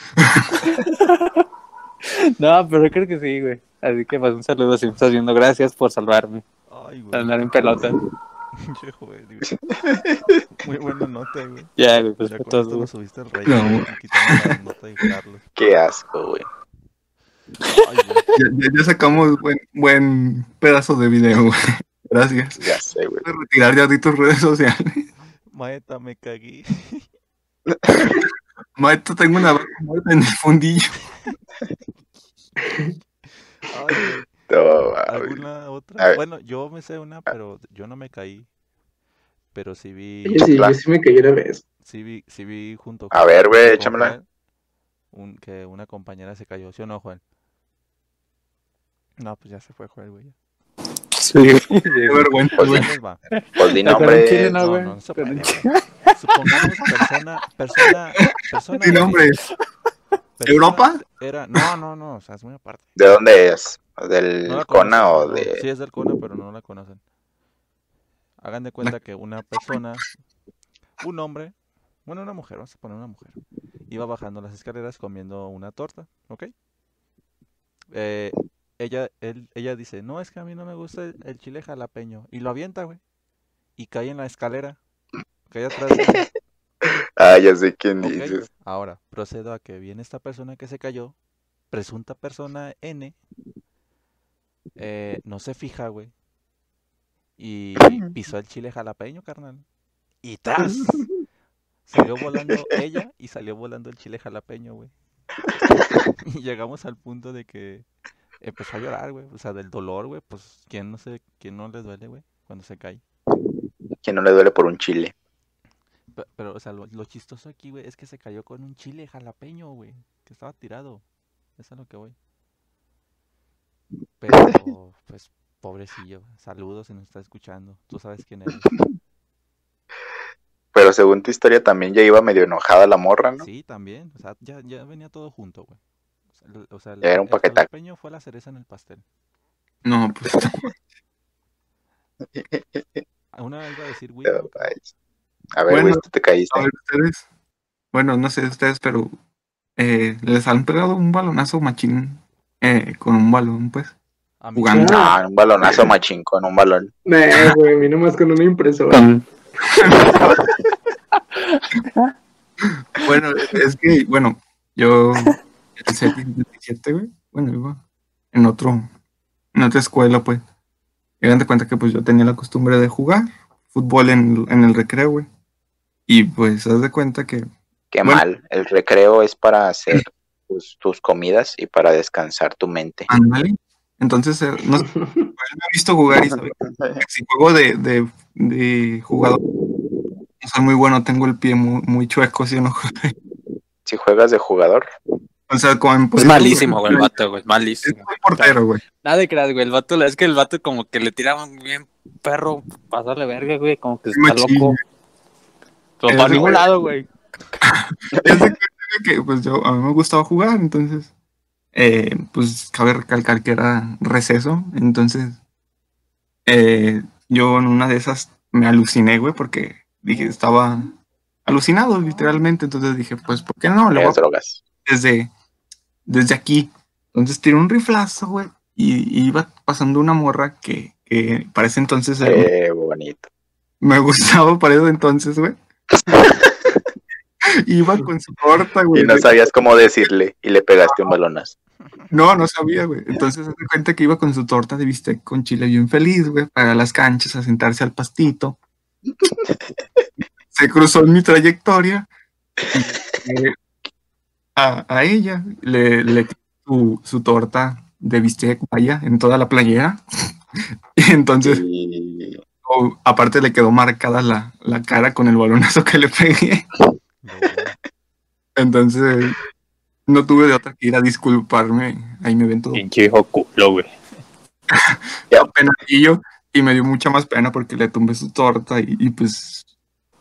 Speaker 5: No, pero creo que sí, güey. Así que, pues, un saludo si me estás viendo. Gracias por salvarme.
Speaker 3: Ay,
Speaker 5: de
Speaker 3: güey.
Speaker 5: Andar en pelota.
Speaker 3: Pinche Joel, güey. Muy buena nota, güey.
Speaker 5: Ya, güey, pues,
Speaker 3: Ya
Speaker 5: fue
Speaker 3: con
Speaker 5: todo,
Speaker 3: esto lo
Speaker 5: güey.
Speaker 3: subiste al rey.
Speaker 4: No.
Speaker 3: güey, y quitamos la nota de Carlos.
Speaker 2: Qué asco, güey.
Speaker 3: Ay, güey.
Speaker 4: Ya, ya- ya sacamos buen, buen pedazo de video, güey. Gracias.
Speaker 2: Ya sé, güey.
Speaker 4: Puedes retirar ya de tus redes sociales.
Speaker 3: Maeta, me cagué.
Speaker 4: Maestro, tengo una vaca muerta en el fundillo.
Speaker 3: Ay, güey.
Speaker 2: No, mames.
Speaker 3: ¿Alguna
Speaker 2: A
Speaker 3: otra?
Speaker 2: ver. Ah.
Speaker 3: Bueno, yo me sé una, pero yo no me caí. Pero sí vi.
Speaker 1: Oye, sí, yo sí me caí una vez.
Speaker 3: sí vi, sí vi junto
Speaker 2: A ver, güey,
Speaker 3: con
Speaker 2: échamela.
Speaker 3: Joel, un- que una compañera se cayó, ¿sí o no, Joel? No, pues ya se fue Joel, güey.
Speaker 5: Sí,
Speaker 4: Qué vergüenza,
Speaker 3: Pues
Speaker 4: güey.
Speaker 3: ahí les va.
Speaker 2: Pues di
Speaker 5: ¿La
Speaker 2: nombre.
Speaker 5: cuarentena?
Speaker 3: No,
Speaker 5: güey.
Speaker 3: no, no se puede, güey. Supongamos persona, persona, persona
Speaker 4: Sin
Speaker 3: X,
Speaker 4: nombre.
Speaker 3: persona
Speaker 4: ¿Europa?
Speaker 3: Era, no, no, no, o sea, es muy aparte.
Speaker 2: ¿De dónde es? ¿Del
Speaker 3: No la
Speaker 2: Cona o
Speaker 3: conocen, no,
Speaker 2: de.?
Speaker 3: Sí, es del Cona, pero no la conocen. Hagan de cuenta que una persona, un hombre, bueno, una mujer, vamos a poner una mujer, iba bajando las escaleras comiendo una torta, ¿ok? Eh, ella, él- ella dice, no, es que a mí no me gusta el, el chile jalapeño. Y lo avienta, güey. Y cae en la escalera. Cae atrás. de ella,
Speaker 2: Ah, ya sé quién
Speaker 3: ¿ok?
Speaker 2: dices.
Speaker 3: Ahora, procedo a que viene esta persona que se cayó, presunta persona N, eh, no se fija, güey. Y pisó el chile jalapeño, carnal. Y tras. Salió volando ella y salió volando el chile jalapeño, güey. Y llegamos al punto de que empezó a llorar, güey. O sea, del dolor, güey. Pues, ¿quién no, se, quién no le duele, güey? Cuando se cae.
Speaker 2: Que no le duele por un chile.
Speaker 3: Pe- Pero, o sea, lo, lo chistoso aquí, güey, es que se cayó con un chile jalapeño, güey, que estaba tirado. Eso es a lo que voy. Pero, pues, pobrecillo. Saludos si nos está escuchando. Tú sabes quién eres.
Speaker 2: Pero según tu historia también ya iba medio enojada la morra, ¿no?
Speaker 3: Sí, también. O sea, ya, ya venía todo junto, güey. O sea, el- O sea, el,
Speaker 2: Ya era un
Speaker 3: el
Speaker 2: paquetaco.
Speaker 3: jalapeño fue la cereza en el pastel.
Speaker 4: No, pues.
Speaker 3: Ah, Una iba a decir, güey,
Speaker 2: Pero, ay. A ver,
Speaker 4: Bueno.
Speaker 2: güey, tú te caíste.
Speaker 4: A ver, ustedes. Bueno, no sé ustedes, pero eh, les han pegado un balonazo machín eh, con un balón, pues.
Speaker 3: a mí
Speaker 4: jugando.
Speaker 2: Ah, un balonazo machín con un balón.
Speaker 1: Nah, güey, a mí nomás con una impresora.
Speaker 5: Con-
Speaker 4: Bueno, es que, bueno, yo empecé en 17, güey. Bueno, iba en otro, en otra escuela, pues. Y dan de cuenta que pues yo tenía la costumbre de jugar fútbol en, en el recreo, güey. Y pues haz de cuenta que
Speaker 2: Qué
Speaker 4: Bueno.
Speaker 2: mal. El recreo es para hacer tus, tus comidas y para descansar tu mente.
Speaker 4: Ándale. Entonces, eh, no sé, pues, me he visto jugar y sabe que si juego de, de, de jugador, no soy muy bueno, tengo el pie muy, muy chueco, si no.
Speaker 2: Si juegas de jugador,
Speaker 4: O sea, como en
Speaker 5: Es
Speaker 4: posición-
Speaker 5: malísimo, güey, el vato, güey.
Speaker 4: Es
Speaker 5: Malísimo.
Speaker 4: muy portero, güey.
Speaker 5: Nada de creas, güey. El vato, es que el vato como que le tiraban bien perro, pasarle verga, güey. Como que
Speaker 4: Es
Speaker 5: está
Speaker 4: machín.
Speaker 5: loco. Pero
Speaker 4: Es
Speaker 5: para
Speaker 4: de-
Speaker 5: ningún lado, güey.
Speaker 4: Es de cuenta que pues yo a mí me gustaba jugar, entonces eh, pues cabe recalcar que era receso, entonces eh, yo en una de esas me aluciné, güey, porque dije estaba alucinado literalmente, entonces dije, pues ¿por qué no? Le voy a
Speaker 2: juegas drogas.
Speaker 4: desde, desde aquí. Entonces tiré un riflazo, güey. Y, y iba pasando una morra que, que para ese entonces era-
Speaker 2: Qué bonito.
Speaker 4: me gustaba para ese entonces, güey. iba con su torta,
Speaker 2: Y
Speaker 4: güey.
Speaker 2: no sabías cómo decirle y le pegaste un balonazo.
Speaker 4: No, no sabía, güey. Entonces se da cuenta que iba con su torta de bistec con chile bien feliz, güey, para las canchas, a sentarse al pastito. se cruzó en mi trayectoria. y, eh, a, a ella le, le quitó su, su torta de bistec, vaya, en toda la playera. y entonces,
Speaker 2: Y
Speaker 4: o- aparte le quedó marcada la, la cara con el balonazo que le pegué.
Speaker 3: no, güey.
Speaker 4: Entonces, no tuve de otra que ir a disculparme. Ahí me ven todo
Speaker 5: Pinche hijo culo, güey.
Speaker 4: un penalillo y me dio mucha más pena porque le tumbé su torta y, y, pues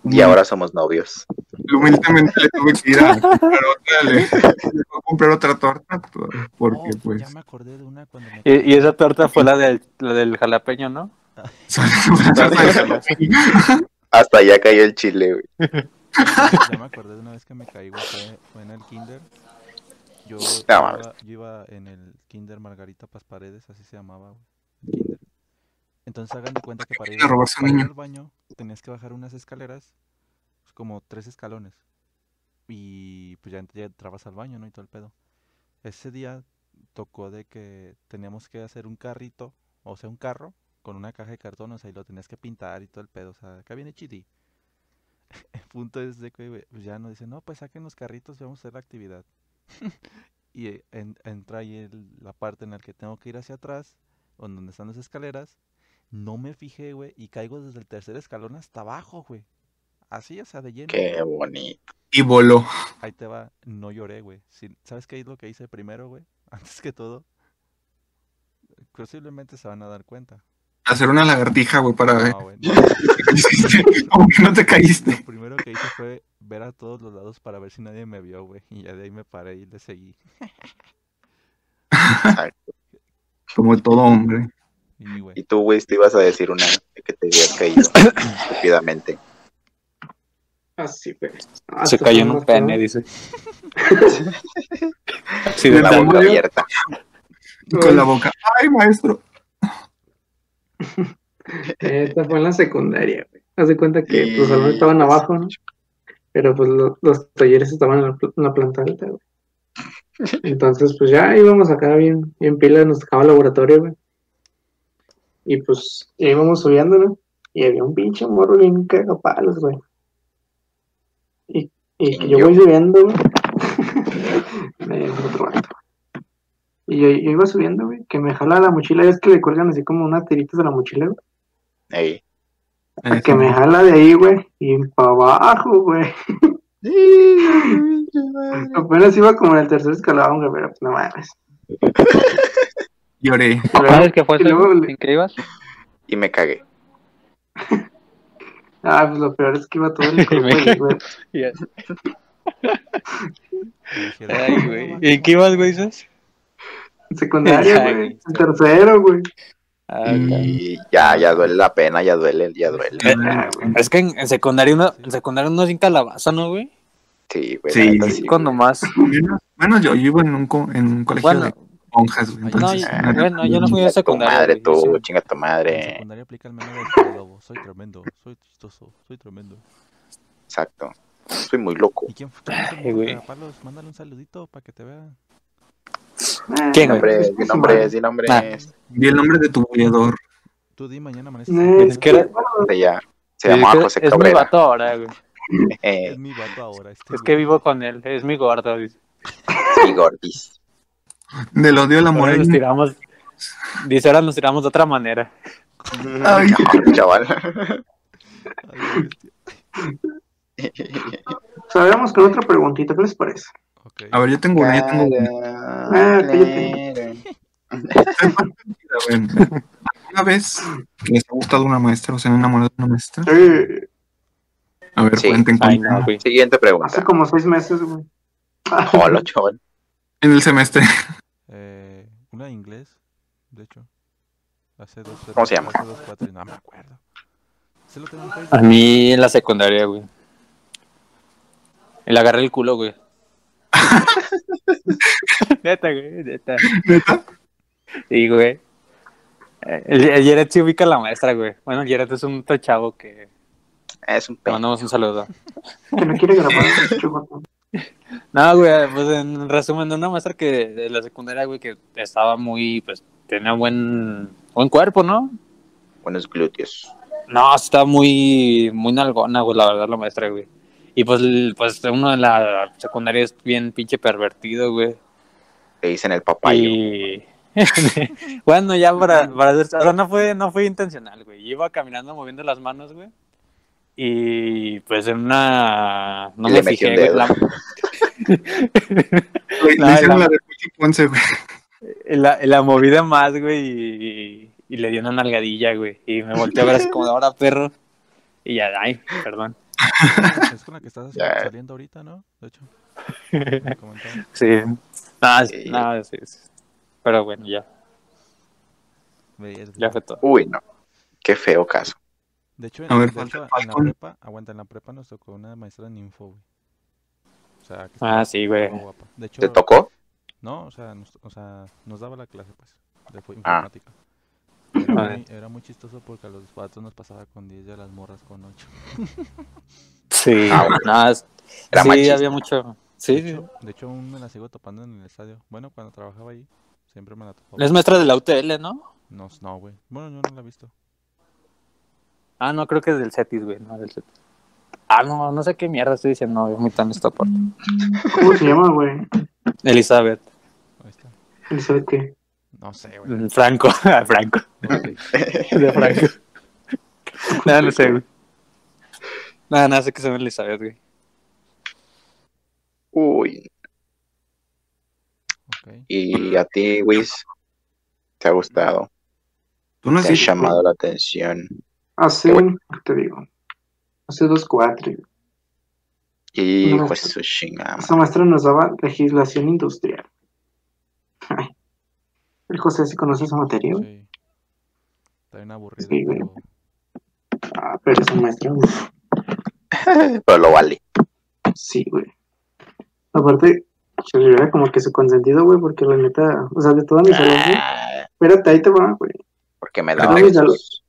Speaker 2: y ahora somos novios.
Speaker 4: humildemente le tuve que ir a comprar otra, le, le fui a comprar otra torta por- porque
Speaker 3: Oh,
Speaker 4: pues
Speaker 3: ya me acordé de una cuando me
Speaker 5: Y, y esa torta fue la del, la del jalapeño, ¿no?
Speaker 2: Hasta allá cayó el chile, güey.
Speaker 3: Ya me acordé de una vez que me caí, güey, fue, fue en el kinder. Yo,
Speaker 2: No
Speaker 3: iba,
Speaker 2: mames.
Speaker 3: yo iba en el kinder Margarita Paz Paredes, así se llamaba, güey, el kinder. Entonces hagan de cuenta que para ir,
Speaker 4: Le robaste a un
Speaker 3: para ir
Speaker 4: niño.
Speaker 3: al baño tenías que bajar unas escaleras, pues, como tres escalones. Y pues ya, ent- ya entrabas al baño, ¿no? Y todo el pedo. Ese día tocó de que teníamos que hacer un carrito, o sea, un carro, con una caja de cartón, o sea, y lo tenías que pintar y todo el pedo. O sea, acá viene chidi. El punto es de que güey, pues, ya nos dicen, no, pues saquen los carritos y vamos a hacer la actividad. y eh, en- entra ahí el- la parte en la que tengo que ir hacia atrás, o en donde están las escaleras. No me fijé, güey, y caigo desde el tercer escalón hasta abajo, güey. Así, o sea, de lleno.
Speaker 2: Qué bonito.
Speaker 4: Y voló.
Speaker 3: Ahí te va. No lloré, güey. Si- ¿Sabes qué es lo que hice primero, güey? Antes que todo. eh, Posiblemente se van a dar cuenta.
Speaker 4: Hacer una lagartija, güey, para ver.
Speaker 3: No, güey. no.
Speaker 4: Como que no te caíste.
Speaker 3: Lo primero que hice fue ver a todos los lados para ver si nadie me vio, güey. Y ya de ahí me paré y le seguí.
Speaker 2: Exacto.
Speaker 4: Como todo hombre.
Speaker 3: Y ni, güey.
Speaker 2: Y tú, güey, te ibas a decir una que te había caído rápidamente.
Speaker 1: Así fue.
Speaker 5: Se
Speaker 1: Ah, Hasta
Speaker 5: cayó en un
Speaker 1: ahora, ¿no?
Speaker 5: pene, dice.
Speaker 2: Con
Speaker 5: Accidental.
Speaker 2: la boca
Speaker 4: Memoria.
Speaker 2: abierta.
Speaker 4: Con la boca. Ay, maestro.
Speaker 1: Esta fue en la secundaria, güey. Haz de cuenta que
Speaker 2: Y-
Speaker 1: los salones estaban abajo, ¿no? Pero pues lo- los talleres estaban en la, pl- en la planta alta, güey. Entonces, pues ya íbamos acá bien, bien pila, nos tocaba el laboratorio, güey. Y pues ya íbamos subiendo, ¿no? Y había un pinche morro bien cagapalos, güey. Y, y que yo voy subiendo, güey. Me- otro vato. Y yo, yo iba subiendo, güey, que me jala la mochila, es que le cuelgan así como unas tiritas de la mochila, güey.
Speaker 2: Ey.
Speaker 1: A que me jala de ahí, güey, y para abajo, güey. Apenas iba como en el tercer escalón, güey, pero pues, no mames.
Speaker 4: Lloré.
Speaker 1: Y
Speaker 5: Ah,
Speaker 1: luego-
Speaker 8: ¿Sabes qué fue
Speaker 1: y luego
Speaker 8: eso?
Speaker 1: le-
Speaker 8: ¿En qué ibas?
Speaker 2: Y me cagué.
Speaker 1: Ah, pues lo peor es que iba todo el grupo, ahí, güey.
Speaker 3: Y dijeron,
Speaker 6: Ay, güey.
Speaker 5: ¿Y en qué ibas, güey, dices?
Speaker 1: En secundaria,
Speaker 5: Ay,
Speaker 1: güey. En tercero, güey.
Speaker 5: Ah, ok.
Speaker 2: Y ya, ya duele la pena, ya duele, ya duele.
Speaker 4: Eh,
Speaker 1: Ah, güey.
Speaker 5: Es que en, en secundaria uno, en secundaria uno sin calabaza, ¿no, güey?
Speaker 2: Sí, güey.
Speaker 4: Sí.
Speaker 2: la neta,
Speaker 5: Es
Speaker 2: sí,
Speaker 5: cuando
Speaker 2: güey.
Speaker 5: más.
Speaker 4: Menos- eh, Bueno, yo, yo iba en un, co- en un colegio
Speaker 5: Bueno,
Speaker 4: de monjas, güey.
Speaker 5: no,
Speaker 4: Entonces, eh,
Speaker 5: yo- bueno, yo no fui a
Speaker 2: Chinga tu
Speaker 5: secundaria.
Speaker 2: madre,
Speaker 5: güey, yo
Speaker 2: tú,
Speaker 5: sí-
Speaker 2: chinga tu
Speaker 3: En
Speaker 2: madre.
Speaker 3: secundaria aplica el meme del lobo. Soy tremendo, soy chistoso, soy tremendo.
Speaker 2: Exacto. Soy muy loco.
Speaker 3: ¿Y quién fue? quién fue el
Speaker 5: Ay,
Speaker 3: morro
Speaker 5: güey.
Speaker 3: Cagapalos? Mándale un saludito para que te vea.
Speaker 5: ¿Quién,
Speaker 1: Ah,
Speaker 5: güey?
Speaker 2: Nombre,
Speaker 1: pues,
Speaker 2: di
Speaker 1: pues,
Speaker 2: nombres, di nombres. Este,
Speaker 4: vi el nombre de tu goleador.
Speaker 3: Tú di mañana amanece.
Speaker 1: No,
Speaker 5: Es que era-
Speaker 2: de ya. Se
Speaker 5: Sí,
Speaker 2: llamaba
Speaker 5: es que
Speaker 2: José
Speaker 5: Es mi
Speaker 2: Cabrera.
Speaker 5: vato ahora, güey.
Speaker 2: Eh,
Speaker 3: Es mi vato ahora. este
Speaker 5: Es que
Speaker 3: güey.
Speaker 5: vivo con él. Es mi gordo, dice.
Speaker 2: sí, Gordis.
Speaker 4: Del odio al amor.
Speaker 5: Ahora
Speaker 4: hay
Speaker 5: nos
Speaker 4: un-
Speaker 5: tiramos. Dice, ahora nos tiramos de otra manera.
Speaker 4: Ay,
Speaker 2: No, chaval.
Speaker 3: Ay, güey, este-
Speaker 1: Sabemos con otra preguntita, ¿qué les parece? Ah,
Speaker 3: ok.
Speaker 4: a ver, yo tengo una, yo tengo una.
Speaker 2: Ah,
Speaker 4: güey. ¿Alguna vez les ha gustado una maestra o se han enamorado de una maestra?
Speaker 1: Eh,
Speaker 4: A ver,
Speaker 2: Sí.
Speaker 4: cuenten
Speaker 5: Ay,
Speaker 4: cuenten.
Speaker 5: no, güey.
Speaker 2: Siguiente
Speaker 1: hace
Speaker 2: pregunta.
Speaker 1: como seis meses, güey.
Speaker 2: Hola, chaval.
Speaker 4: En el semestre.
Speaker 3: Eh, una de inglés, de hecho. Hace dos,
Speaker 2: ¿Cómo se llama?
Speaker 3: hace dos, cuatro, y no me acuerdo. Se lo tengo en Facebook.
Speaker 5: A mí en la secundaria, güey. Le agarré el culo, güey. neta, güey, neta.
Speaker 4: ¿Neta?
Speaker 5: Sí, güey. Eh, El, el Jared sí ubica a la maestra, güey. Bueno, el Jared es un otro chavo que
Speaker 2: Es un
Speaker 5: te
Speaker 2: pene.
Speaker 5: mandamos un saludo.
Speaker 1: Que no quiere grabar. chico.
Speaker 5: No, güey, pues en resumen, una maestra que de la secundaria, güey, que estaba muy, pues, tenía buen, buen cuerpo, ¿no?
Speaker 2: Buenos glúteos.
Speaker 5: No, está muy, muy nalgona, güey, la verdad, la maestra, güey. Y pues, l- pues uno de la secundaria es bien pinche pervertido, güey.
Speaker 2: Le dicen el papayo.
Speaker 5: Y... bueno, ya para, para hacer... O sea, no fue, no fue intencional, güey. Yo Iba caminando moviendo las manos, güey. Y pues en una... No
Speaker 2: Le
Speaker 5: me
Speaker 2: metió
Speaker 5: fijé,
Speaker 2: un
Speaker 5: güey.
Speaker 2: dedo.
Speaker 5: La,
Speaker 4: Le,
Speaker 5: No,
Speaker 4: le hicieron
Speaker 5: la-
Speaker 4: la de Ponce Ponce, güey.
Speaker 5: la, la movida más, güey, y, y le di una nalgadilla, güey. Y me volteé a ver así como, ahora, perro. Y ya, ay, perdón.
Speaker 3: Es con la que estás
Speaker 2: Ya.
Speaker 3: saliendo ahorita, ¿no? De hecho. me comentaron.
Speaker 5: Sí. Nada,
Speaker 2: Sí.
Speaker 5: nada, Ah, sí, sí. Pero bueno, ya,
Speaker 3: Verde.
Speaker 5: ya fue todo.
Speaker 2: Uy, no. Qué feo caso.
Speaker 3: De hecho, en,
Speaker 4: A ver,
Speaker 3: de hecho,
Speaker 4: falta
Speaker 3: en la
Speaker 4: Falcon.
Speaker 3: prepa, aguanta, en la prepa nos tocó una maestra en info, güey. O sea, que
Speaker 5: Ah, sí, güey.
Speaker 3: estaba guapa. De hecho,
Speaker 2: ¿Te tocó?
Speaker 3: No, o sea, nos, o sea, nos daba la clase, pues, de fue-
Speaker 2: Ah.
Speaker 3: informática. Era,
Speaker 5: Ah.
Speaker 3: muy, era muy chistoso porque a los vatos nos pasaba con 10 y a las morras con 8.
Speaker 5: Sí,
Speaker 2: Ah, bueno.
Speaker 5: nada, es-
Speaker 2: Era
Speaker 5: sí,
Speaker 2: machista.
Speaker 5: había mucho. Sí,
Speaker 3: De
Speaker 5: sí.
Speaker 3: hecho, de hecho, aún me la sigo topando en el estadio. Bueno, cuando trabajaba ahí, siempre me la topaba.
Speaker 5: Es maestra de la UTL, ¿no?
Speaker 3: No, no, güey. Bueno, yo no la he visto.
Speaker 5: Ah, no, creo que es del CETIS, güey, no del CETIS. Ah, no, no sé qué mierda estoy diciendo, no, es muy tan esta parte.
Speaker 2: Mm.
Speaker 1: ¿Cómo se llama, güey?
Speaker 5: Elizabeth,
Speaker 3: Ahí está.
Speaker 1: ¿Elizabeth qué?
Speaker 3: No sé, güey.
Speaker 5: mm, Franco, ah, Franco,
Speaker 3: Ok.
Speaker 5: de Franco. no, no sé, güey. Nada, nada, sé que se ve Elizabeth, güey.
Speaker 2: Uy.
Speaker 3: Ok.
Speaker 2: Y a ti, Wiz, ¿te ha gustado?
Speaker 4: Tú no
Speaker 1: Ah,
Speaker 2: ¿Te ha
Speaker 4: has dicho,
Speaker 2: llamado la atención?
Speaker 1: Hace, ¿qué te digo? Hace dos cuatro.
Speaker 2: Y
Speaker 1: No.
Speaker 2: pues su chingada.
Speaker 1: Esa maestra nos daba legislación industrial. Ay. El José sí conoce esa materia, güey.
Speaker 3: Sí. Está bien aburrido.
Speaker 1: Sí, güey.
Speaker 3: pero-
Speaker 1: Ah, pero esa maestra, uf,
Speaker 2: Pero lo vale.
Speaker 1: sí, güey. Aparte, yo era como que su consentido, güey, porque la neta, o sea, de toda mi salón, güey.
Speaker 2: Ah,
Speaker 1: Espérate, ahí te va, güey.
Speaker 2: Porque me daba
Speaker 1: Pero, ya lo-
Speaker 2: esos.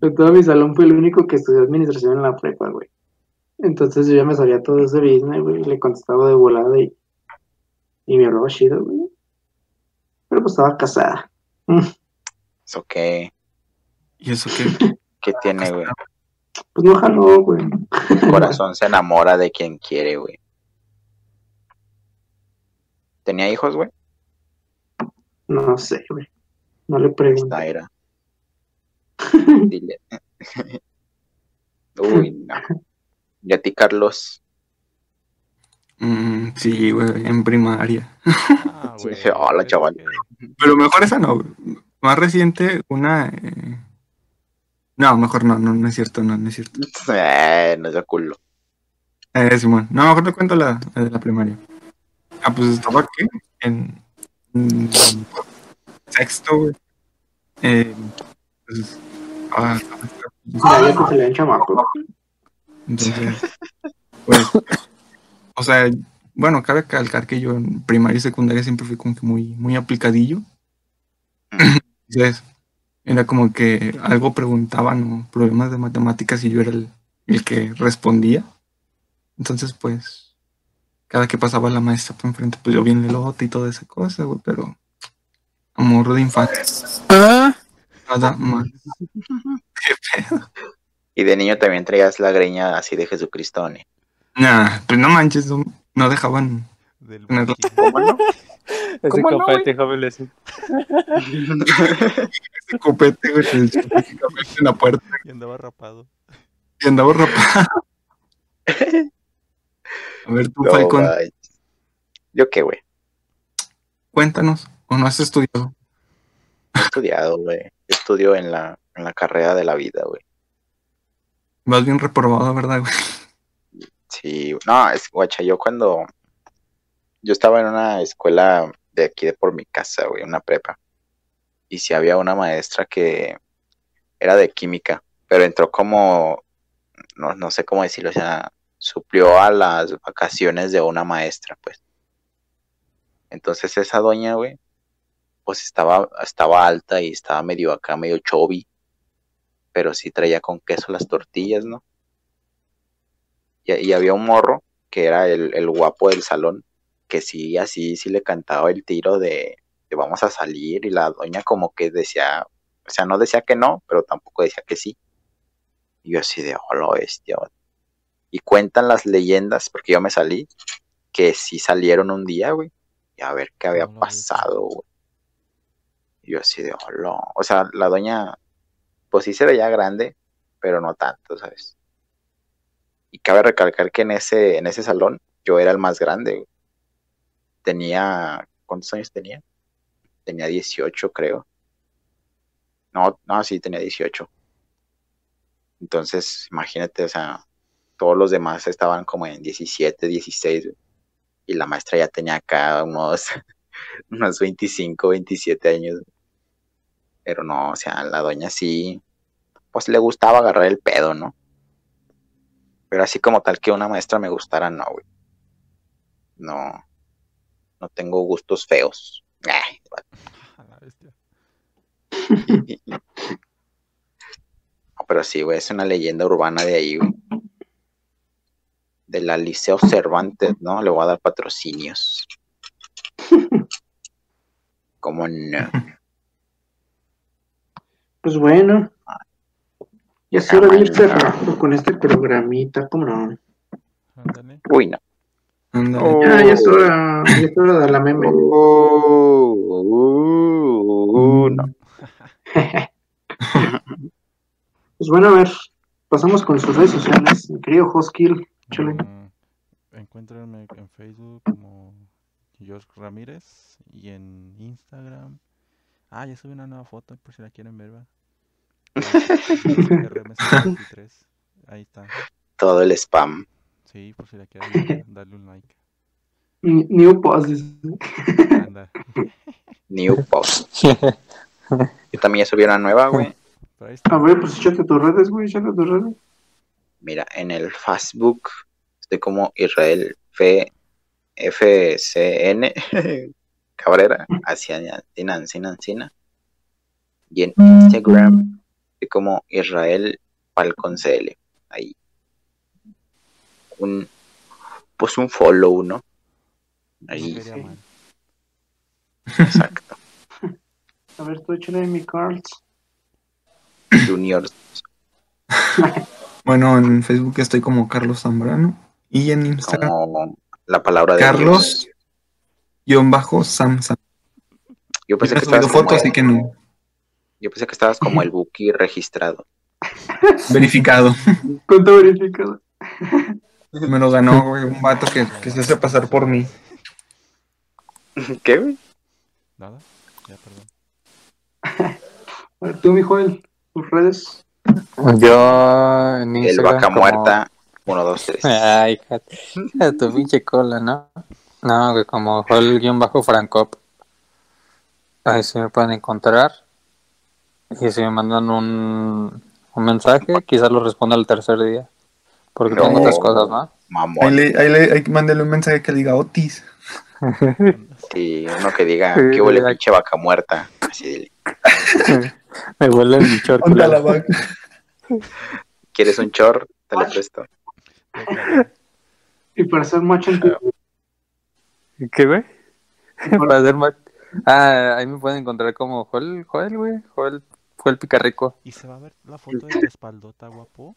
Speaker 1: De todo mi salón fue el único que estudió administración en la prepa, güey. Entonces yo ya me sabía todo ese business, güey. y Le contestaba de volada y, y me hablaba chido, güey. Pero pues estaba casada.
Speaker 2: ¿Eso qué?
Speaker 4: ¿Y eso qué?
Speaker 2: ¿Qué tiene, güey?
Speaker 1: Pues no jaló, Ah, güey.
Speaker 2: El corazón se enamora de quien quiere, güey. ¿Tenía hijos, güey?
Speaker 1: No sé, güey. No le pregunto.
Speaker 2: Esta era. Dile. Uy, no. ¿Y a ti, Carlos?
Speaker 4: Mm, sí, güey, en primaria.
Speaker 3: Ah, güey.
Speaker 2: Sí, hola,
Speaker 3: es
Speaker 2: chaval.
Speaker 3: que-
Speaker 4: Pero mejor esa no. güey. Más reciente, una. eh, No, mejor no, no, no es cierto, no, no es cierto.
Speaker 2: Eh, no sea culo.
Speaker 4: Eh, Simón, no, mejor te cuento la, la de la primaria. Ah, pues estaba aquí, en, en sexto, güey. Eh, pues, ah,
Speaker 1: Dale que se le den chamaco.
Speaker 4: Entonces, pues, o sea, bueno, cabe calcar que yo en primaria y secundaria siempre fui como que muy, muy aplicadillo. Entonces, era como que algo preguntaban o problemas de matemáticas y yo era el, el que respondía. Entonces, pues, cada que pasaba la maestra por enfrente, pues yo vi el elote y toda esa cosa, güey, pero amor de infancia,
Speaker 5: Ah,
Speaker 4: nada más.
Speaker 2: Y de niño también traías la greña así de Jesucristo, ¿no?
Speaker 4: Nah, pues no manches, no, no dejaban.
Speaker 3: Del
Speaker 4: Me-
Speaker 3: Buki.
Speaker 5: ese
Speaker 2: ¿Cómo no,
Speaker 5: copete, joven, le decía.
Speaker 4: Ese copete, güey, que específicamente en la puerta.
Speaker 3: Y andaba rapado.
Speaker 4: Y andaba rapado. A ver, tú,
Speaker 2: No,
Speaker 4: Falcón,
Speaker 2: ay. Yo qué, güey.
Speaker 4: cuéntanos. ¿O no has estudiado?
Speaker 2: He estudiado, güey. Estudio en la, en la carrera de la vida, güey.
Speaker 4: Vas bien reprobado, ¿verdad, güey?
Speaker 2: Sí, no, es guacha, yo cuando yo estaba en una escuela de aquí de por mi casa, güey, una prepa. Y sí había una maestra que era de química, pero entró como, no, no sé cómo decirlo, o sea, suplió a las vacaciones de una maestra, pues. Entonces esa doña, güey, pues estaba, estaba alta y estaba medio acá, medio chovi, pero sí traía con queso las tortillas, ¿no? y, y había un morro que era el, el guapo del salón, que sí, así, sí le cantaba el tiro de, de vamos a salir, y la doña como que decía, o sea, no decía que no, pero tampoco decía que sí. Y yo así de, hola, bestia. güey". Y cuentan las leyendas, porque yo me salí, que sí salieron un día, güey, y a ver qué había
Speaker 3: No lo ves.
Speaker 2: pasado, güey. Y yo así de, hola. O sea, la doña, pues sí se veía grande, pero no tanto, ¿sabes? Y cabe recalcar que en ese, en ese salón yo era el más grande. güey. Tenía, ¿cuántos años tenía? Tenía 18, creo. No, no, sí, tenía 18. Entonces, imagínate, o sea, todos los demás estaban como en 17, 16, güey. y la maestra ya tenía acá unos, unos 25, 27 años. güey. Pero no, o sea, la doña sí, pues le gustaba agarrar el pedo, ¿no? Pero así como tal que una maestra me gustara, no, güey. No. No tengo gustos feos. Ay,
Speaker 3: A la bestia.
Speaker 2: no, pero sí, güey, es una leyenda urbana de ahí, güey. De la Liceo Cervantes, ¿no? Le voy a dar patrocinios. ¿Cómo no?
Speaker 1: Pues bueno. Ya es hora de ir cerrando con este programita, ¿cómo no?
Speaker 3: Ándale.
Speaker 2: Uy, no.
Speaker 4: Ándale.
Speaker 2: Oh.
Speaker 1: Ya, ya es hora, ya es hora de la meme.
Speaker 2: Uh, uh, no.
Speaker 1: Pues bueno, a ver, pasamos con sus redes sociales, mi querido Hoskill, chule.
Speaker 3: Eh, encuéntrenme en Facebook como George Ramírez y en Instagram. Ah, ya subí una nueva foto por si la quieren ver, ¿va? RMC23. Ahí está.
Speaker 2: Todo el spam.
Speaker 3: Sí, por si la quieren ver, darle un like.
Speaker 1: Ni- New Post, dice. Pues
Speaker 3: Anda.
Speaker 2: New post. Yo también ya subí una nueva, güey.
Speaker 3: Pero ahí está.
Speaker 1: A ver, pues échate tus redes, güey, échate tus redes.
Speaker 2: Mira, en el Facebook estoy como Israel F FCN Cabrera, hacia Ancina, Ancina, Ancina. Y en
Speaker 4: Mm.
Speaker 2: Instagram estoy como Israel Falcon CL. Ahí. Un, pues un follow, ¿no?
Speaker 3: No
Speaker 2: Ahí,
Speaker 3: quería
Speaker 1: sí.
Speaker 3: mal.
Speaker 2: exacto.
Speaker 1: A ver, tú échale mi cards.
Speaker 2: Junior
Speaker 4: Bueno, en Facebook estoy como Carlos Zambrano. Y en Instagram,
Speaker 2: como la palabra de
Speaker 4: Carlos,
Speaker 2: Dios.
Speaker 4: guión bajo, Sam Sam.
Speaker 2: Yo
Speaker 4: Pues
Speaker 2: pensé
Speaker 4: he
Speaker 2: que estabas
Speaker 4: subido
Speaker 2: como
Speaker 4: fotos, así
Speaker 2: el,
Speaker 4: que no.
Speaker 2: yo pensé que estabas como el Buki registrado.
Speaker 4: Verificado.
Speaker 1: Cuenta verificada.
Speaker 4: Me lo ganó, güey, un vato que, que se hace pasar por mí.
Speaker 2: ¿Qué? güey?
Speaker 3: Nada. Ya, perdón.
Speaker 1: A ver, tú, mi Joel, tus redes.
Speaker 5: Yo en
Speaker 2: El
Speaker 5: Instagram
Speaker 2: vaca
Speaker 5: como- Ah.
Speaker 2: muerta. Uno, dos, tres.
Speaker 5: Ay, hija hija de tu pinche cola, ¿no? No, güey, como Hol-Francop. Ahí sí me pueden encontrar. Y si me mandan un, un mensaje, quizás lo responda el tercer día. Porque
Speaker 2: No.
Speaker 5: tengo otras cosas, ¿no?
Speaker 4: Ahí
Speaker 2: Mamón.
Speaker 4: le, ahí le ahí mándale un mensaje que le diga Otis.
Speaker 2: Y uno que diga,
Speaker 5: Sí,
Speaker 2: ¿qué huele
Speaker 5: la-
Speaker 2: pinche vaca muerta? Así dile,
Speaker 5: me huele el bicho
Speaker 4: Onda la
Speaker 5: culero.
Speaker 4: vaca.
Speaker 2: ¿Quieres un chor? Te lo presto.
Speaker 3: Ya, claro.
Speaker 1: Y para ser macho en Twitter,
Speaker 5: ¿Qué, güey? Para hacer más... Ah, ahí me pueden encontrar como Joel, Joel, güey. Joel, Joel Picarrico.
Speaker 3: ¿Y se va a ver la foto de tu espaldota, guapo?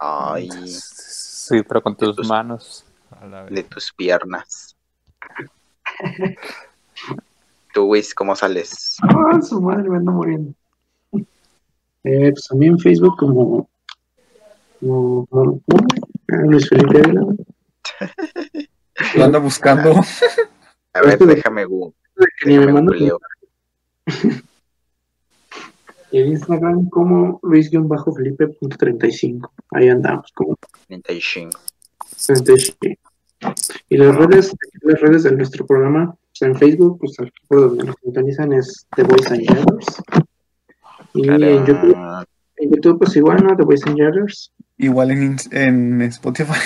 Speaker 2: Ay,
Speaker 5: Sí, pero con tus
Speaker 2: Tus-
Speaker 5: manos.
Speaker 3: A la
Speaker 2: de
Speaker 3: vez.
Speaker 2: tus piernas. Tú, Wiz, ¿cómo sales?
Speaker 1: Ah, su madre, me ando muriendo. Eh, pues a mí en Facebook como, como, como- ah, Luis Felipe Ávila.
Speaker 4: Lo anda buscando.
Speaker 2: A ver, déjame, gu-
Speaker 1: Ni me
Speaker 2: déjame
Speaker 1: mando.
Speaker 2: googleo.
Speaker 1: Y en Instagram como Luis-Felipe.35. Ahí andamos, como
Speaker 2: 35.
Speaker 1: 35. Y las redes, las redes de nuestro programa, pues en Facebook, pues aquí por donde nos sintonizan es The Voice and Jaggers. Y en YouTube,
Speaker 2: Cara-
Speaker 1: en YouTube, pues igual, ¿no? The Voice and Jaggers.
Speaker 4: Igual en, Ins- en Spotify.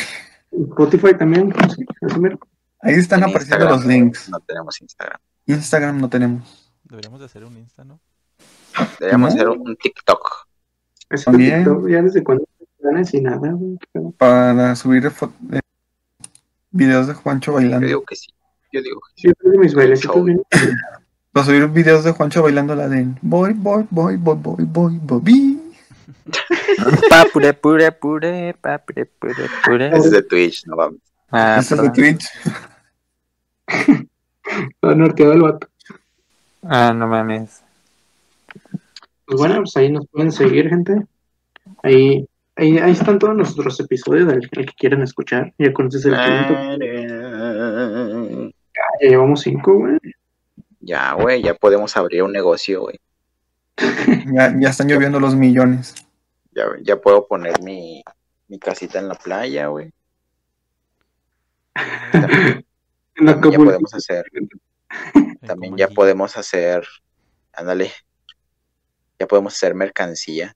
Speaker 1: En Spotify también, pues, sí, así mero.
Speaker 4: Ahí están
Speaker 2: en
Speaker 4: apareciendo
Speaker 2: Instagram,
Speaker 4: los links.
Speaker 2: No tenemos Instagram.
Speaker 4: Instagram no tenemos.
Speaker 3: Deberíamos de hacer un Insta, ¿no?
Speaker 2: Deberíamos
Speaker 4: ¿No?
Speaker 2: hacer un TikTok.
Speaker 1: Ese
Speaker 4: También.
Speaker 1: TikTok, ya desde cuando planes y nada, güey, qué pedo.
Speaker 4: Para subir fo- eh, videos de Juancho
Speaker 2: Yo
Speaker 4: bailando.
Speaker 2: digo que sí. Yo digo que sí.
Speaker 1: Yo creo que mis bailecitos
Speaker 2: Show.
Speaker 1: bien.
Speaker 4: Para subir videos de Juancho bailando la de Boy, boy, boy, boy, boy, boy, boy.
Speaker 5: Pa, pure, pure, pure, pa, pure, pure, pure.
Speaker 2: Es de Twitch, no vamos.
Speaker 5: Ah,
Speaker 4: Eso Este es de
Speaker 5: perdón.
Speaker 4: Twitch.
Speaker 1: Todo norteado el vato.
Speaker 5: Ah, no mames.
Speaker 1: Pues bueno, pues ahí nos pueden seguir, gente. Ahí, ahí, ahí están todos nuestros episodios, el, el que quieran escuchar. Ya conoces el
Speaker 2: Ah.
Speaker 1: quinto. Ya llevamos cinco, güey.
Speaker 2: Ya, güey, ya podemos abrir un negocio, güey.
Speaker 4: Ya, ya están lloviendo los millones.
Speaker 2: Ya, ya puedo poner mi, mi casita en la playa, güey. También,
Speaker 1: En
Speaker 2: también ya
Speaker 1: Acapulco.
Speaker 2: podemos hacer,
Speaker 1: eh,
Speaker 3: En
Speaker 2: también
Speaker 3: como
Speaker 2: ya
Speaker 3: aquí.
Speaker 2: podemos hacer, ándale, ya podemos hacer mercancía,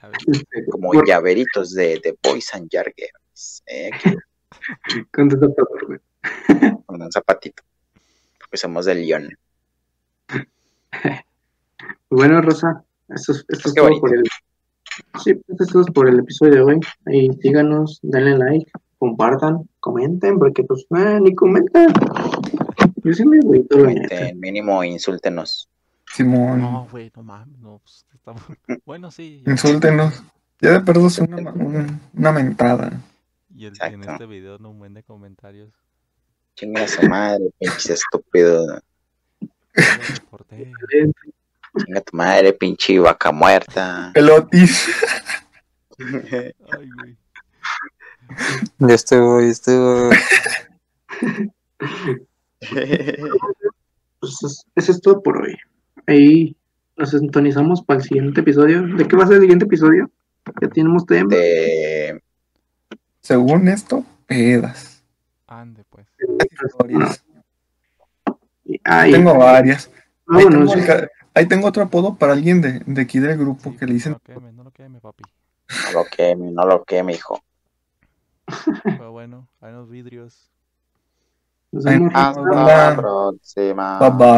Speaker 3: A ver,
Speaker 1: Este,
Speaker 2: como
Speaker 1: por-
Speaker 2: llaveritos de, de Boys and Yargers, eh, que-
Speaker 1: con tu tatuador, güey.
Speaker 2: con un zapatito, porque somos de León.
Speaker 1: Pues Bueno, Rosa, esto es, esto es
Speaker 2: Pues Qué
Speaker 1: todo
Speaker 2: bonito.
Speaker 1: por el. Sí, pues, esto es por el episodio de hoy. Ahí síganos, denle like, compartan, comenten, porque pues ah, ni comentan. Yo sí me güey, todo la neta.
Speaker 2: Este, mínimo insúltenos.
Speaker 4: Simón,
Speaker 3: No, güey, no mames. No, pues, estamos... Bueno, sí. ya.
Speaker 4: insúltenos. Ya de perdos una, ma- un- una mentada.
Speaker 3: Y el- en
Speaker 2: Exacto.
Speaker 3: este video no un buen de comentarios.
Speaker 2: Chinga su madre, pinches estúpidos.
Speaker 3: Ya lo reporté.
Speaker 2: Venga tu madre, pinche vaca muerta.
Speaker 4: Pelotis.
Speaker 3: Ay, güey.
Speaker 5: Ya estuvo, ya estuvo.
Speaker 1: Pues es- eso es todo por hoy. Ahí nos sintonizamos para el siguiente episodio. ¿De qué va a ser el siguiente episodio? Ya tenemos tema.
Speaker 2: De-
Speaker 4: Según esto, pedas.
Speaker 3: Ande, pues.
Speaker 1: Ay,
Speaker 4: Tengo varias.
Speaker 1: Ah,
Speaker 4: Ahí tengo,
Speaker 1: vámonos.
Speaker 4: el ca- ahí tengo otro apodo para alguien de, de aquí del grupo que le
Speaker 3: pues, No
Speaker 4: dicen.
Speaker 3: lo queme, no lo queme, papi.
Speaker 2: no lo queme, no lo queme, hijo.
Speaker 3: Pero bueno, hay unos vidrios.
Speaker 1: Nos vemos.
Speaker 4: Ah,
Speaker 2: Hasta la próxima.
Speaker 4: Bye bye.